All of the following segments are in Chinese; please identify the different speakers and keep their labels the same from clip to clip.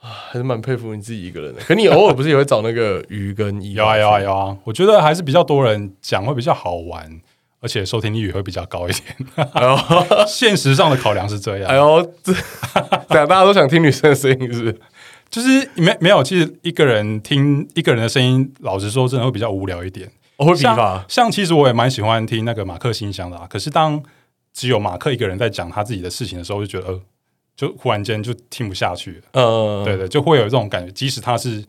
Speaker 1: 还是蛮佩服你自己一个人的。可你偶尔不是也会找那个鱼跟一？
Speaker 2: 有啊有啊有啊，我觉得还是比较多人讲会比较好玩，而且收听率也会比较高一点。 现实上的考量是这样，
Speaker 1: 哦哎呦，这 大家都想听女生的声音是不是？
Speaker 2: 就是没没有，其实一个人听一个人的声音，老实说，真的会比较无聊一点。
Speaker 1: 我会疲
Speaker 2: 像
Speaker 1: 乏。
Speaker 2: 像其实我也蛮喜欢听那个马克信箱的、啊，可是当只有马克一个人在讲他自己的事情的时候，就觉得呃，就忽然间就听不下去了。
Speaker 1: 嗯，
Speaker 2: 对对，就会有这种感觉，即使他是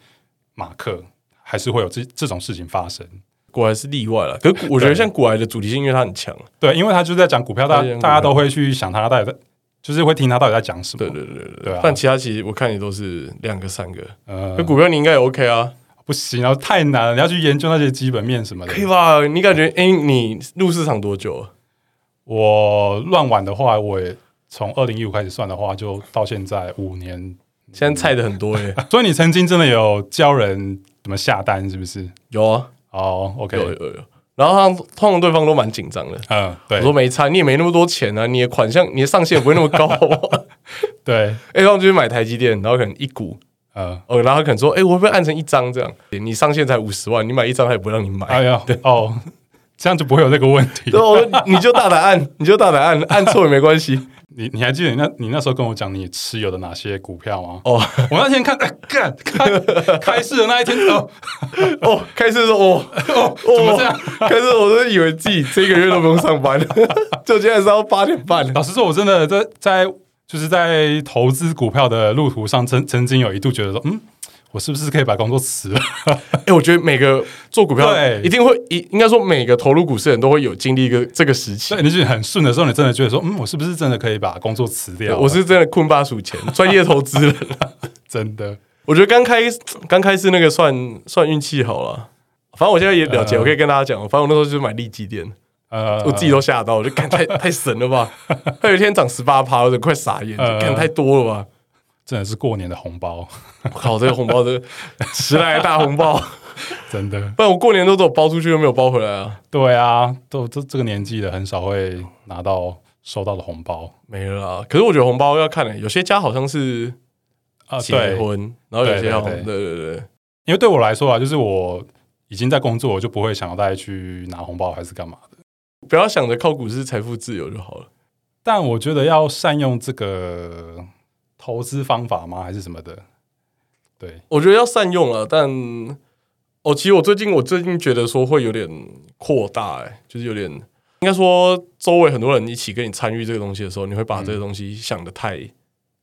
Speaker 2: 马克，还是会有这这种事情发生。
Speaker 1: 果然是例外了。可是我觉得像果然的主题性，因为它很强。
Speaker 2: 对，因为他就是在讲股票，大
Speaker 1: 他在讲股
Speaker 2: 大
Speaker 1: 票
Speaker 2: 家都会去想他到底在，就是会听他到底在讲什么。
Speaker 1: 对对对对
Speaker 2: 对啊
Speaker 1: 但其他其实我看你都是两个三个。
Speaker 2: 呃
Speaker 1: 那，股票你应该也 OK 啊，
Speaker 2: 不行，然后太难了，你要去研究那些基本面什么的
Speaker 1: 可。以吧？你感觉哎、你入市场多久啊？
Speaker 2: 我乱玩的话，我也从二零一五开始算的话，就到现在五年。
Speaker 1: 现在菜的很 多耶、
Speaker 2: 所以你曾经真的有教人怎么下单，是不是？
Speaker 1: 有啊，
Speaker 2: 哦、o
Speaker 1: 有
Speaker 2: k
Speaker 1: 有有。然后他们通常对方都蛮紧张的。
Speaker 2: 嗯，
Speaker 1: 我
Speaker 2: 对
Speaker 1: 说没差，你也没那么多钱啊，你的款项、你的上限也不会那么高、啊。
Speaker 2: 对，
Speaker 1: 哎、然后就是买台积电，然后可能一股，
Speaker 2: 呃，
Speaker 1: 哦，然后他可能说，哎、我会不会按成一张这样？你上限才五十万，你买一张他也不让你买。
Speaker 2: 哎呀，哦，这样就不会有这个问题
Speaker 1: 对，。我说你就大胆按， 你就大胆按，按错也没关系。
Speaker 2: 你你还记得你那你那时候跟我讲你持有的哪些股票吗？
Speaker 1: 哦
Speaker 2: 我那天看，哎干、开开市的那一天，哦，
Speaker 1: 哦，开始的时候哦哦，
Speaker 2: 怎么这样？
Speaker 1: 开始我都以为自己这个月都不用上班了， 就现在是到八点半 了。
Speaker 2: 老实说，我真的在在就是在投资股票的路途上，曾曾经有一度觉得说，嗯，我是不是可以把工作辞了？
Speaker 1: 哎、我觉得每个做股票
Speaker 2: 对
Speaker 1: 一定会一应该说每个投入股市的人都会有经历一个这个时期
Speaker 2: 所以。你就是很顺的时候，你真的觉得说，嗯，我是不是真的可以把工作辞掉了？
Speaker 1: 我是真的困八数钱，专业投资人。
Speaker 2: 真的，
Speaker 1: 我觉得刚开刚开始那个算算运气好了。反正我现在也了解，
Speaker 2: 呃
Speaker 1: 我可以跟大家讲，反正我那时候就是买利基店，
Speaker 2: 呃，
Speaker 1: 我自己都吓到，我就看太太神了 吧！它有一天涨十八趴，我都快傻眼，
Speaker 2: 呃
Speaker 1: 看太多了吧！
Speaker 2: 真的是过年的红包，
Speaker 1: 我靠，这个红包真的迟来的大红包，
Speaker 2: 真的，
Speaker 1: 不然我过年都只有包出去，又没有包回来啊，
Speaker 2: 对啊，都这这个年纪的很少会拿到收到的红包
Speaker 1: 没了啦。可是我觉得红包要看、欸，有些家好像是
Speaker 2: 啊，
Speaker 1: 结
Speaker 2: 对，
Speaker 1: 婚，然后有些好像
Speaker 2: 对对
Speaker 1: 对对对，
Speaker 2: 因为对我来说啊，就是我已经在工作，我就不会想要再去拿红包还是干嘛的。
Speaker 1: 不要想着靠股市财富自由就好了。
Speaker 2: 但我觉得要善用这个投资方法吗？还是什么的？对，
Speaker 1: 我觉得要善用了，但哦，其实我最近我最近觉得说会有点扩大、欸，就是有点应该说周围很多人一起跟你参与这个东西的时候，你会把这个东西想的太、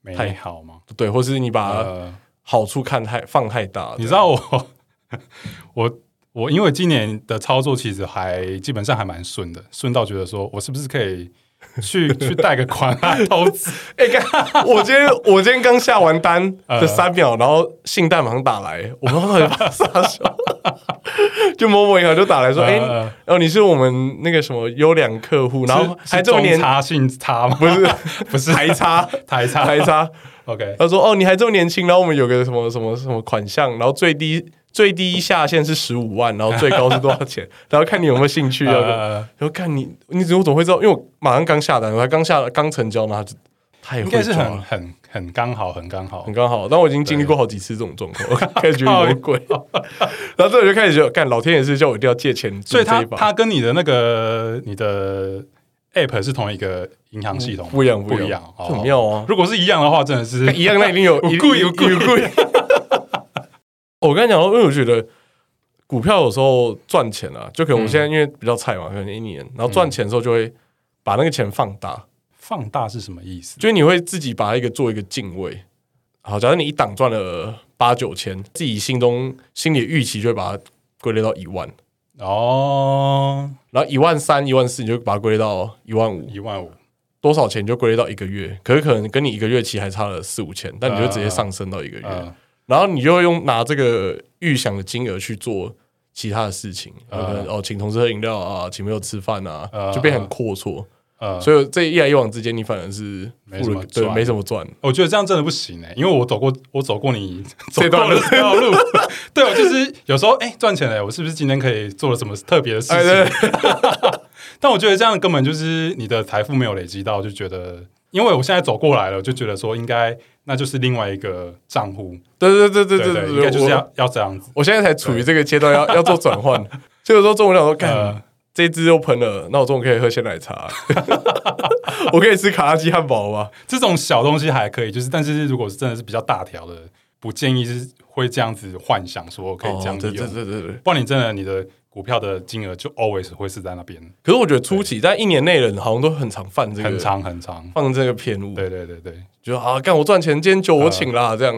Speaker 2: 美好吗？
Speaker 1: 对，或是你把
Speaker 2: 呃，
Speaker 1: 好处看太放太大。
Speaker 2: 你知道我我我因为今年的操作其实还基本上还蛮顺的，顺到觉得说我是不是可以去 去贷个款来投资？
Speaker 1: 哎，看 我今天我今天刚下完单
Speaker 2: 呃
Speaker 1: 这三秒，然后信贷马上打来，我不知道到底发生啥事， 就某某银行就打来说，
Speaker 2: 呃
Speaker 1: 哎、
Speaker 2: 呃
Speaker 1: 哦，你是我们那个什么优良客户，然后
Speaker 2: 是
Speaker 1: 还
Speaker 2: 是
Speaker 1: 这么
Speaker 2: 中
Speaker 1: 年
Speaker 2: 差性差吗？
Speaker 1: 不 是不是还差
Speaker 2: 台差
Speaker 1: 还差，
Speaker 2: OK，
Speaker 1: 他说哦你还这么年轻，然后我们有个什么什么什么款项，然后最低最低下限是十五万，然后最高是多少钱， 然后看你有没 有兴趣啊。
Speaker 2: 呃，
Speaker 1: 然后看你，你怎么怎么会知道？因为我马上刚下单，我才刚下了刚成交，然后他就他也
Speaker 2: 应
Speaker 1: 会
Speaker 2: 该是
Speaker 1: 抓
Speaker 2: 很很很刚好，很刚好
Speaker 1: 很。刚好，但我已经经历过好几次这种状况，我开始觉
Speaker 2: 哦
Speaker 1: 得有点贵。 然后这我就开始觉得，干老天也是叫我一定要借钱，
Speaker 2: 所以他
Speaker 1: 赌这一把
Speaker 2: 他跟你的那个你的 App 是同一个银行系统吗，
Speaker 1: 不一样
Speaker 2: 不
Speaker 1: 一
Speaker 2: 一
Speaker 1: 样
Speaker 2: 样，，
Speaker 1: 这
Speaker 2: 哦
Speaker 1: 很妙啊！
Speaker 2: 如果是一样的话，真的是
Speaker 1: 一样那一定 有
Speaker 2: 有贵有贵
Speaker 1: 有贵。 我跟你讲，因为我觉得股票有时候赚钱啊，就可能我现在因为比较菜嘛，可能一年，然后赚钱的时候就会把那个钱放大，
Speaker 2: 放大是什么意思？
Speaker 1: 就是你会自己把一个做一个敬畏。好，假如你一档赚了八九千，自己心中心里的预期就会把它归类到一万，
Speaker 2: 哦，
Speaker 1: 然后一万三、一万四，你就把它归类到一万五，
Speaker 2: 一万五，
Speaker 1: 多少钱你就归类到一个月。可是可能跟你一个月期还差了四五千，但你就直
Speaker 2: 啊
Speaker 1: 接上升到一个月。
Speaker 2: 嗯，
Speaker 1: 然后你就会用拿这个预想的金额去做其他的事情，
Speaker 2: 嗯
Speaker 1: 呃、哦，请同事喝饮料啊，请朋友吃饭啊，
Speaker 2: 嗯
Speaker 1: 就变很阔绰。
Speaker 2: 呃，
Speaker 1: 所以这一来一往之间，你反而是
Speaker 2: 没什
Speaker 1: 付
Speaker 2: 么
Speaker 1: 了对
Speaker 2: 赚
Speaker 1: 没什么赚。
Speaker 2: 我觉得这样真的不行哎、因为我走过我走过你 走
Speaker 1: 这段
Speaker 2: 过
Speaker 1: 路
Speaker 2: 的这条路， 对，我就是有时候哎赚、钱了，我是不是今天可以做了什么特别的事情？
Speaker 1: 哎对
Speaker 2: 但我觉得这样根本就是你的财富没有累积到，就觉得因为我现在走过来了，就觉得说应该那就是另外一个账户，
Speaker 1: 对对对对
Speaker 2: 对
Speaker 1: 对
Speaker 2: 应该就是
Speaker 1: 我
Speaker 2: 要要这样子。
Speaker 1: 我现在才处于这个阶段，要 要做转换。就有时候中午想说，干
Speaker 2: 呃
Speaker 1: 这一支又喷了，那我中午可以喝鲜奶茶， 我可以吃卡拉鸡汉堡吧？
Speaker 2: 这种小东西还可以，就是但是如果是真的是比较大条的，不建议是会这样子幻想说可以这样
Speaker 1: 哦
Speaker 2: 子
Speaker 1: 对
Speaker 2: 用，
Speaker 1: 对对对对。
Speaker 2: 不然你真的你的股票的金额就 always 会是在那边，
Speaker 1: 可是我觉得初期在一年内的人好像都很常犯这个，
Speaker 2: 很长很长。
Speaker 1: 犯这个偏误，
Speaker 2: 对对对对，
Speaker 1: 就啊，干我赚钱，今天酒我请啦，这样。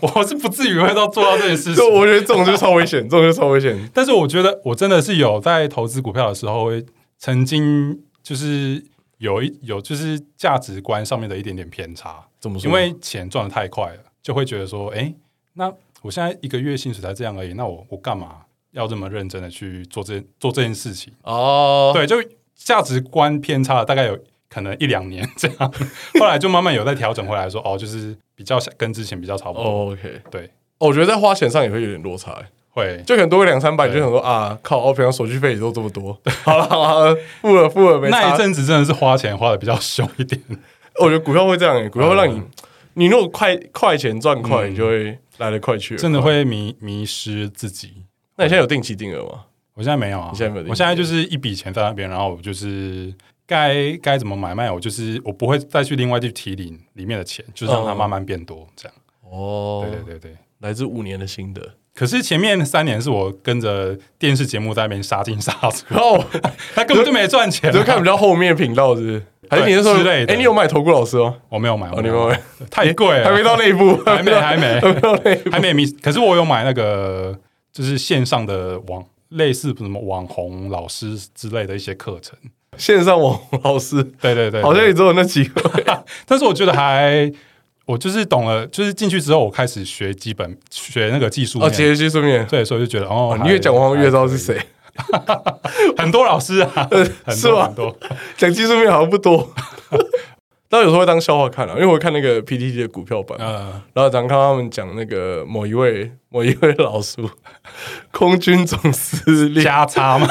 Speaker 2: 我是不至于会到做到这件 事情
Speaker 1: 就，我觉得这种就超危险，这种就超危险。
Speaker 2: 但是我觉得我真的是有在投资股票的时候，会曾经就是有一有就是价值观上面的一点点偏差，
Speaker 1: 怎么说？
Speaker 2: 因为钱赚的太快了，就会觉得说，哎、那我现在一个月薪水才这样而已，那我我干嘛要这么认真的去做这做这件事情？
Speaker 1: 哦，
Speaker 2: 对，就价值观偏差了大概有可能一两年这样，后来就慢慢有在调整回来说，哦，就是比较像跟之前比较差不多，
Speaker 1: 哦，OK，
Speaker 2: 对，
Speaker 1: 哦我觉得在花钱上也会有点落差、欸
Speaker 2: 会
Speaker 1: 就可能多个两三百，
Speaker 2: 对
Speaker 1: 就想说啊，靠，我平常手续费也都这么多， 好了好了，付了付了，没
Speaker 2: 那
Speaker 1: 差
Speaker 2: 一。阵子真的是花钱花的比较凶一点。
Speaker 1: 我觉得股票会这样、欸，股票会让你
Speaker 2: 嗯，
Speaker 1: 你如果快快钱赚快，
Speaker 2: 嗯
Speaker 1: 你就会来得快去得快
Speaker 2: 真的。会迷迷失自己。
Speaker 1: 那你现在有定期定额吗？
Speaker 2: 我现在没有啊，
Speaker 1: 你现在没有
Speaker 2: 我现在就是一笔钱在那边，然啊后我就是该该怎么买卖，我就是我不会再去另外去提领里面的钱，就是让它
Speaker 1: 嗯
Speaker 2: 慢慢变多这样。
Speaker 1: 哦
Speaker 2: 对对对对。
Speaker 1: 来自五年的心得。
Speaker 2: 可是前面三年是我跟着电视节目在那边杀进杀出，
Speaker 1: 然后
Speaker 2: 他根本就没赚钱
Speaker 1: 哦你
Speaker 2: 啊、
Speaker 1: 就看比较后面频道是不是？还是你那时候
Speaker 2: 之类的
Speaker 1: 哎，你有买投顾老师吗？
Speaker 2: 我没有买，
Speaker 1: 哦，
Speaker 2: 我
Speaker 1: 你
Speaker 2: 没
Speaker 1: 有
Speaker 2: 有买，
Speaker 1: 买，
Speaker 2: 太贵
Speaker 1: 啊
Speaker 2: 了，
Speaker 1: 还没到那一步，
Speaker 2: 还没还没
Speaker 1: 还没到那一步。
Speaker 2: 还没迷。可是我有买那个就是线上的网类似什么网红老师之类的一些课程，
Speaker 1: 线上网红老师
Speaker 2: 对对对，
Speaker 1: 好像也只有那几个。
Speaker 2: 但是我觉得还，我就是懂了，就是进去之后，我开始学基本学那个技术
Speaker 1: 哦，
Speaker 2: 面，
Speaker 1: 杰西顺便，
Speaker 2: 对，所哎以我就觉得哦
Speaker 1: 哦，你越讲我好像越知道是
Speaker 2: 还
Speaker 1: 谁。
Speaker 2: 可以， 很多 老师啊，很
Speaker 1: 是
Speaker 2: 多
Speaker 1: 吗
Speaker 2: 很多，
Speaker 1: 讲技术面好像不 多，但有时候会当笑话看啊了、因为我会看那个 PTT 的股票版，
Speaker 2: 呃，
Speaker 1: 然后常看他们讲那个某一位某一位老叔，空军总司令
Speaker 2: 加差嘛，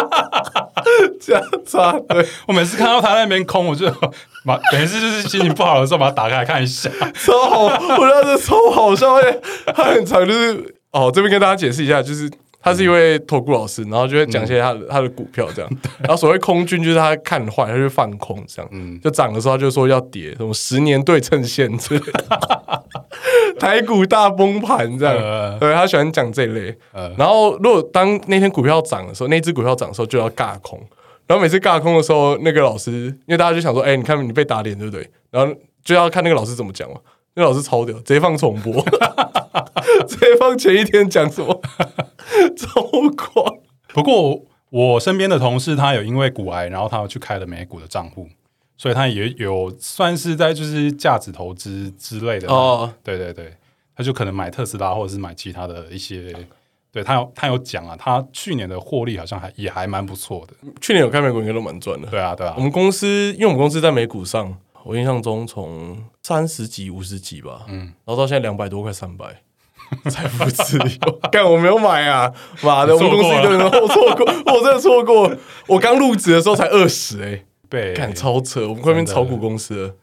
Speaker 1: 加差对，
Speaker 2: 我每次看到他那边空，我就 把每次就是心情不好的时候，把它打开来看一下，
Speaker 1: 超好，我觉得超好笑，而且他很长，就是哦，这边跟大家解释一下，就是。他是一位投顾老师，然后就会讲一些他的、他的股票这样。然后所谓空军就是他看坏，他就放空这样。
Speaker 2: 嗯，
Speaker 1: 就涨的时候他就说要跌，什么十年对称线之类的， 台股大崩盘这样。
Speaker 2: 呃
Speaker 1: 对他喜欢讲这一类。
Speaker 2: 呃，
Speaker 1: 然后如果当那天股票涨的时候，那只股票涨的时候就要尬空。然后每次尬空的时候，那个老师，因为大家就想说，哎、你看你被打脸对不对？然后就要看那个老师怎么讲嘛。那老师超屌，直接放重播， 直接放前一天讲什么， 超狂。
Speaker 2: 不过我身边的同事他有因为股癌，然后他去开了美股的账户。所以他也有算是在就是价值投资之类的
Speaker 1: 哦
Speaker 2: 对对对，他就可能买特斯拉或者是买其他的一些，对他有他有讲啊，他去年的获利好像还也还蛮不错的，
Speaker 1: 去年有看美股应该都蛮赚的。
Speaker 2: 对啊对啊
Speaker 1: 我，们公司，因为我们公司在美股上，我印象中从三十几、五十几吧，嗯，然后到现在两百多，快三 百。财富自由，干我没有买啊！妈的，我
Speaker 2: 你
Speaker 1: 们
Speaker 2: 错过
Speaker 1: 公司一堆人，我错过，我真的错过。我刚入职的时候才二十哎，
Speaker 2: 被
Speaker 1: 干超扯，我们快变炒股公司了，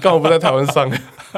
Speaker 1: 干嘛不在台湾上，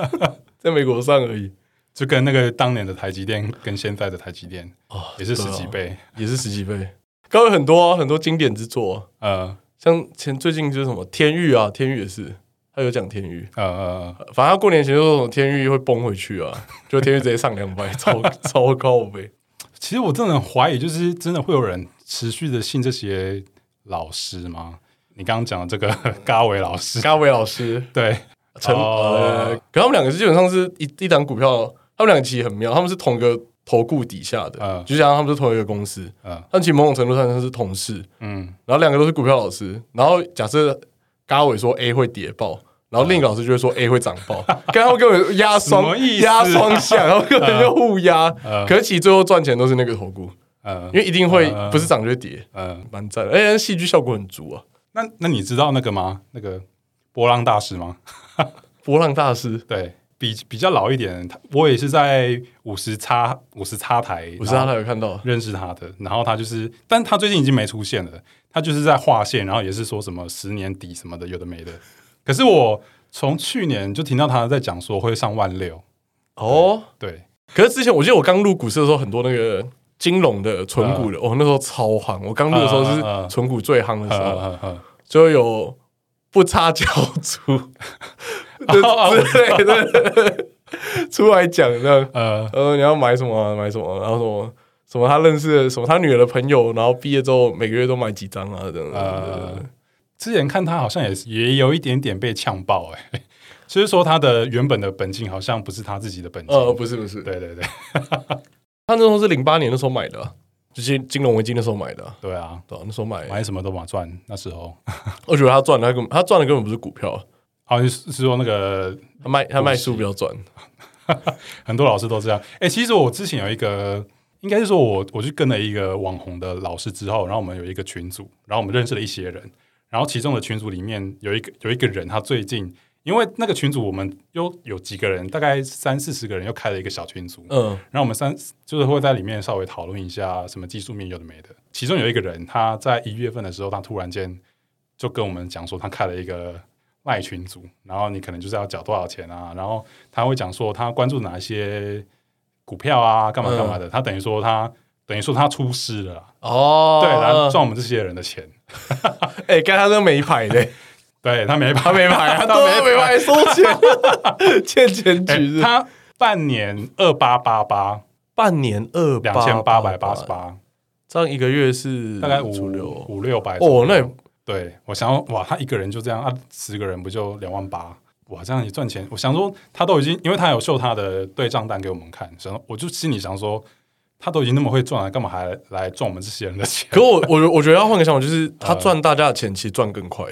Speaker 1: 在美国上而已，
Speaker 2: 就跟那个当年的台积电跟现在的台积电
Speaker 1: 哦
Speaker 2: 也是
Speaker 1: 啊
Speaker 2: 十几倍，
Speaker 1: 也是十几倍。刚有很多、啊、很多经典之作啊、
Speaker 2: 呃
Speaker 1: 像前最近就是什么天域啊，天域也是，他有讲天域，
Speaker 2: 呃呃，
Speaker 1: 反正他过年前就说什么天域会崩回去啊， 就天域直接上两百，超 超高呗。
Speaker 2: 其实我真的很怀疑，就是真的会有人持续的信这些老师吗？你刚刚讲的这个 嘎维老师，
Speaker 1: 嘉伟老师、
Speaker 2: 对，
Speaker 1: 陈、
Speaker 2: 哦
Speaker 1: 呃，可他们两个是基本上是一一档股票，他们两个其实很妙，他们是同个投顾底下的，
Speaker 2: 嗯
Speaker 1: 就像他们是同一个公司，
Speaker 2: 嗯
Speaker 1: 但其实某种程度上他们是同事，
Speaker 2: 嗯，
Speaker 1: 然后两个都是股票老师，然后假设嘉伟说 A 会跌爆。然后另一个老师就会说 A 会涨 爆，跟他们根本压
Speaker 2: 什么
Speaker 1: 双
Speaker 2: 意思啊
Speaker 1: 压双向，然后根本就互压。
Speaker 2: 嗯
Speaker 1: 可是其实最后赚钱都是那个投顾，
Speaker 2: 呃
Speaker 1: 因为一定会
Speaker 2: 嗯
Speaker 1: 不是涨就是跌。
Speaker 2: 呃，
Speaker 1: 蛮赞的，而且那戏剧效果很足啊。
Speaker 2: 那那你知道那个吗？那个波浪大师吗？
Speaker 1: 波浪大师
Speaker 2: 对，比比较老一点，他我也是在五十叉五十叉台，
Speaker 1: 我知道他有看到，
Speaker 2: 认识他的，然后他就是，但他最近已经没出现了，他就是在划线，然后也是说什么十年底什么的，有的没的。可是我从去年就听到他在讲说会上万六，
Speaker 1: 哦，
Speaker 2: 对，
Speaker 1: 可是之前我记得我刚入股市的时候，很多那个金融的纯股的，我、哦那时候超夯。我刚入的时候
Speaker 2: 嗯嗯嗯
Speaker 1: 是纯股最夯的时候，
Speaker 2: 呵呵呵
Speaker 1: 就有不插脚族的之类的出来讲这样。
Speaker 2: 呃，
Speaker 1: 呃，你要买什么啊、买什么啊、然后什么什么他认识的什么他女儿的朋友，然后毕业之后每个月都买几张啊，这样。
Speaker 2: 呃之前看他好像也是也有一点点被呛爆、哎，就是说他的原本的本金好像不是他自己的本金，
Speaker 1: 呃，不是不是，
Speaker 2: 对对对
Speaker 1: 他那时候是零八年那时候买的啊、就是金融危机那时候买的啊、
Speaker 2: 对啊，
Speaker 1: 对、啊，那时候买，
Speaker 2: 买什么都马赚，那时候
Speaker 1: 我觉得他赚的，他根本他赚的根本不是股票啊，
Speaker 2: 好像是说那个
Speaker 1: 他卖他卖书比较赚。
Speaker 2: 很多老师都这样。哎、其实我之前有一个，应该是说我我去跟了一个网红的老师之后，然后我们有一个群组，然后我们认识了一些人，然后其中的群组里面有一个有一个人，他最近因为那个群组我们又有几个人，大概三四十个人，又开了一个小群组，
Speaker 1: 嗯，
Speaker 2: 然后我们三就是会在里面稍微讨论一下什么技术面有的没的。其中有一个人，他在一月份的时候，他突然间就跟我们讲说，他开了一个赖群组，然后你可能就是要缴多少钱啊，然后他会讲说他关注哪一些股票啊，干嘛干
Speaker 1: 嗯
Speaker 2: 嘛的。他等于说他等于说他出师了啊，
Speaker 1: 哦，
Speaker 2: 对，然后赚我们这些人的钱。
Speaker 1: 哎，刚他都没牌的，
Speaker 2: 对 他没
Speaker 1: 他
Speaker 2: 办
Speaker 1: 没牌，他都 没牌，收钱，欠钱局是
Speaker 2: 法，他半年二八八八，
Speaker 1: 半年二
Speaker 2: 两千八百八十，八，
Speaker 1: 这样一个月是
Speaker 2: 大概五
Speaker 1: 除六
Speaker 2: 五六百左右。
Speaker 1: 哦，那也
Speaker 2: 对，我想要哇，他一个人就这样啊，十个人不就两万八？哇，这样你赚钱，我想说他都已经，因为他有秀他的对账单给我们看，想说我就心里想说，他都已经那么会赚了，干嘛还来赚我们这些人的钱？
Speaker 1: 可我我我觉得要换个想法，就是他
Speaker 2: 嗯
Speaker 1: 赚大家的钱，其实赚更快，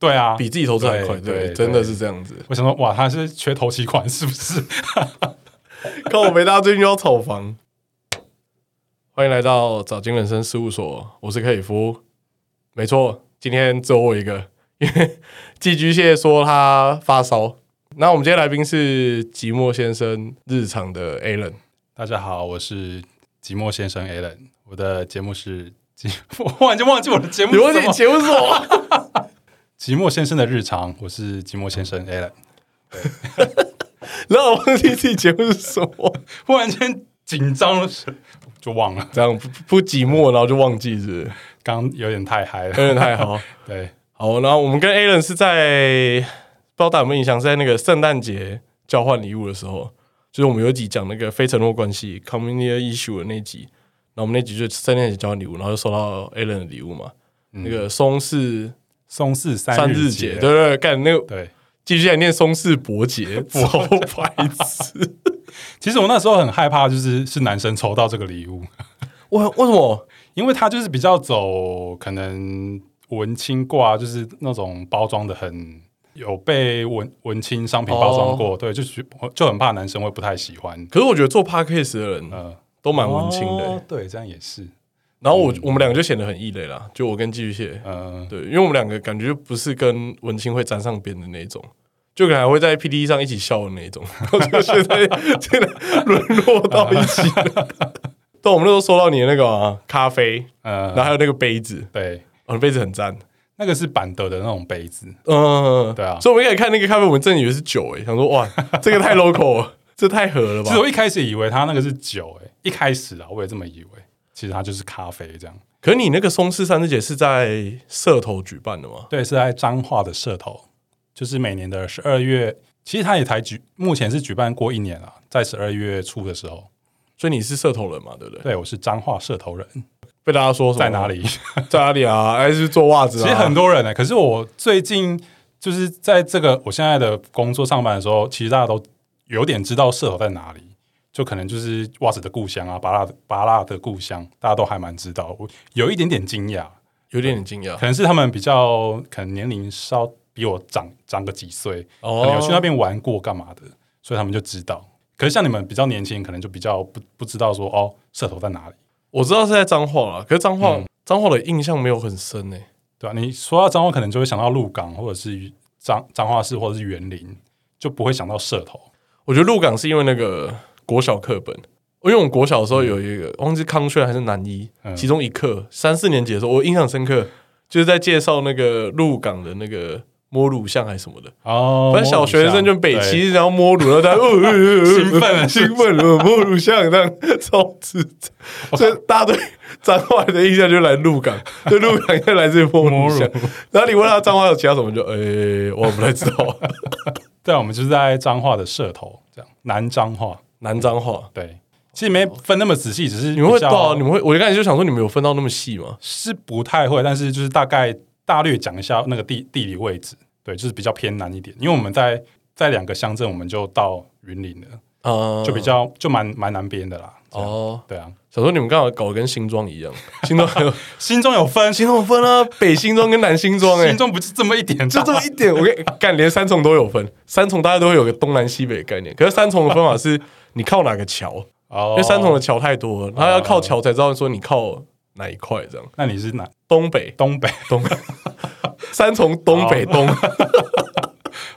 Speaker 2: 对啊，
Speaker 1: 比自己投资还快，
Speaker 2: 对对
Speaker 1: 对，
Speaker 2: 对
Speaker 1: 真的是这样子。
Speaker 2: 我想说哇，他是缺头期款是不是？
Speaker 1: 看我没，大家最近又要炒房。欢迎来到早金人生事务所，我是克里夫。没错，今天只有我一个， 因为寄居蟹说他发烧。那我们今天来宾是寂寞先生日常的 Alan。
Speaker 2: 大家好，我是寂寞先生 Alan，我的节目是寂， 我忽然就忘记我的节目
Speaker 1: 有
Speaker 2: 是 什
Speaker 1: 点
Speaker 2: 么，
Speaker 1: 节目是 我，
Speaker 2: 寂寞先生的日常，我是寂寞先生 Alan，
Speaker 1: 然后我忘记自己节目是什么，
Speaker 2: 忽然间紧张了，就忘了，
Speaker 1: 这样不不寂寞，然后就忘记是不是，
Speaker 2: 刚有点太嗨
Speaker 1: 有
Speaker 2: 了，
Speaker 1: 点太好。
Speaker 2: 对。
Speaker 1: 好，然后我们跟 Alan 是在不知道大家有没有印象，是在那个圣诞节交换礼物的时候，就是我们有一集讲那个非承诺关系 （community issue） 的那一集，然后我们那集就圣诞节交换礼物，然后就收到 Alan 的礼物嘛，那个松氏
Speaker 2: 松氏
Speaker 1: 三
Speaker 2: 嗯三
Speaker 1: 日节，
Speaker 2: 节，啊
Speaker 1: 对对对，干那个
Speaker 2: 对
Speaker 1: 继续来念松氏伯 节，超白痴，
Speaker 2: 其实我那时候很害怕，就是是男生抽到这个礼物，
Speaker 1: 为为什么？
Speaker 2: 因为他就是比较走可能文青挂，就是那种包装的很有被文文青商品包装
Speaker 1: 哦
Speaker 2: 过，对，就觉就很怕男生会不太喜欢，
Speaker 1: 可是我觉得做 podcast 的人
Speaker 2: 呃，
Speaker 1: 都蛮文青的、
Speaker 2: 哦对，这样也是，
Speaker 1: 然后我、我们两个就显得很异类啦，就我跟寄居蟹，
Speaker 2: 呃，
Speaker 1: 对，因为我们两个感觉就不是跟文青会沾上边的那一种，就可能还会在 PPT 上一起笑的那一种，然后就现在 现在沦落到一起了。 但我们那时候收到你的那个啊、咖啡，然后
Speaker 2: 呃，
Speaker 1: 还有那个杯子，
Speaker 2: 对，
Speaker 1: 哦，杯子很赞，
Speaker 2: 那个是板德的那种杯子，
Speaker 1: 嗯，
Speaker 2: 对啊
Speaker 1: 所以我们一开始看那个咖啡，我们真的以为是酒、欸，哎，想说哇，这个太 local 了，这太合了
Speaker 2: 其实
Speaker 1: 吧？
Speaker 2: 我一开始以为他那个是酒、哎，一开始啊，我也这么以为，其实它就是咖啡这样，
Speaker 1: 可是你那个松狮三师姐是在社头举办的吗？
Speaker 2: 对，是在彰化的社头，就是每年的十二月，其实他也才举，目前是举办过一年了，啊在十二月初的时候，
Speaker 1: 所以你是社头人嘛，对不对？
Speaker 2: 对我是彰化社头人，
Speaker 1: 被大家说什么
Speaker 2: 在哪？里？
Speaker 1: 在哪里啊？还是做袜子 啊？
Speaker 2: 其实很多人呢、欸可是我最近就是在这个我现在的工作上班的时候，其实大家都有点知道社头在哪里。就可能就是袜子的故乡啊，巴拉巴拉的故乡，大家都还蛮知道。我有一点点惊讶，
Speaker 1: 有点惊讶
Speaker 2: 可。能是他们比较可能年龄稍比我长长个几岁，可能有
Speaker 1: 哦
Speaker 2: 去那边玩过干嘛的，所以他们就知道。可是像你们比较年轻，可能就比较不不知道说哦，社头在哪里，
Speaker 1: 我知道是在彰化啦，可是彰化彰化的印象没有很深欸诶、
Speaker 2: 对吧、你说到彰化，可能就会想到鹿港或者是彰彰化市或者是园林，就不会想到社头。
Speaker 1: 我觉得入港是因为那个国小课本，因为我们国小的时候有一个忘记康轩还是南一，
Speaker 2: 嗯
Speaker 1: 其中一课三四年级的时候，我印象深刻，就是在介绍那个入港的那个摸乳像还是什么的，
Speaker 2: 哦，
Speaker 1: 反正小学生就北
Speaker 2: 对，
Speaker 1: 齐，然后摸乳，然后大家呃呃呃呃
Speaker 2: 兴奋了
Speaker 1: 兴奋了，摸乳像这样超智障，所以大家对脏话的印象就来入 港，对入港应该来自于摸乳像，然后你问他脏话有其他什么，就哎、我不太知 道，
Speaker 2: 对，啊我们就是在彰化的社头这样，南彰化，
Speaker 1: 南脏话。
Speaker 2: 对，其实没分那么仔细，只是
Speaker 1: 你们会啊
Speaker 2: 比较
Speaker 1: 到，你们会，我就开始就想说，你们有分到那么细吗？
Speaker 2: 是不太会，但是就是大概大略讲一下那个地地理位置，对，就是比较偏南一点，因为我们在在两个乡镇，我们就到云林了，
Speaker 1: 啊，
Speaker 2: 就比较就蛮蛮南边的啦。哦，
Speaker 1: 哦。
Speaker 2: 对啊，
Speaker 1: 想说你们刚好搞得跟新庄一样，新庄 还有
Speaker 2: 心中有分，
Speaker 1: 新庄有分啊，北新庄跟南新庄哎、
Speaker 2: 心中不是这么一点大，
Speaker 1: 就这么一点，我跟你干连三重都有分，三重大家都会有个东南西北的概念，可是三重的分法是你靠哪个桥，
Speaker 2: 哦
Speaker 1: 因为三重的桥太多了，他要靠桥才知道说你靠哪一块这样，
Speaker 2: 那你是哪
Speaker 1: 东北
Speaker 2: 东北
Speaker 1: 东， 三重东北东，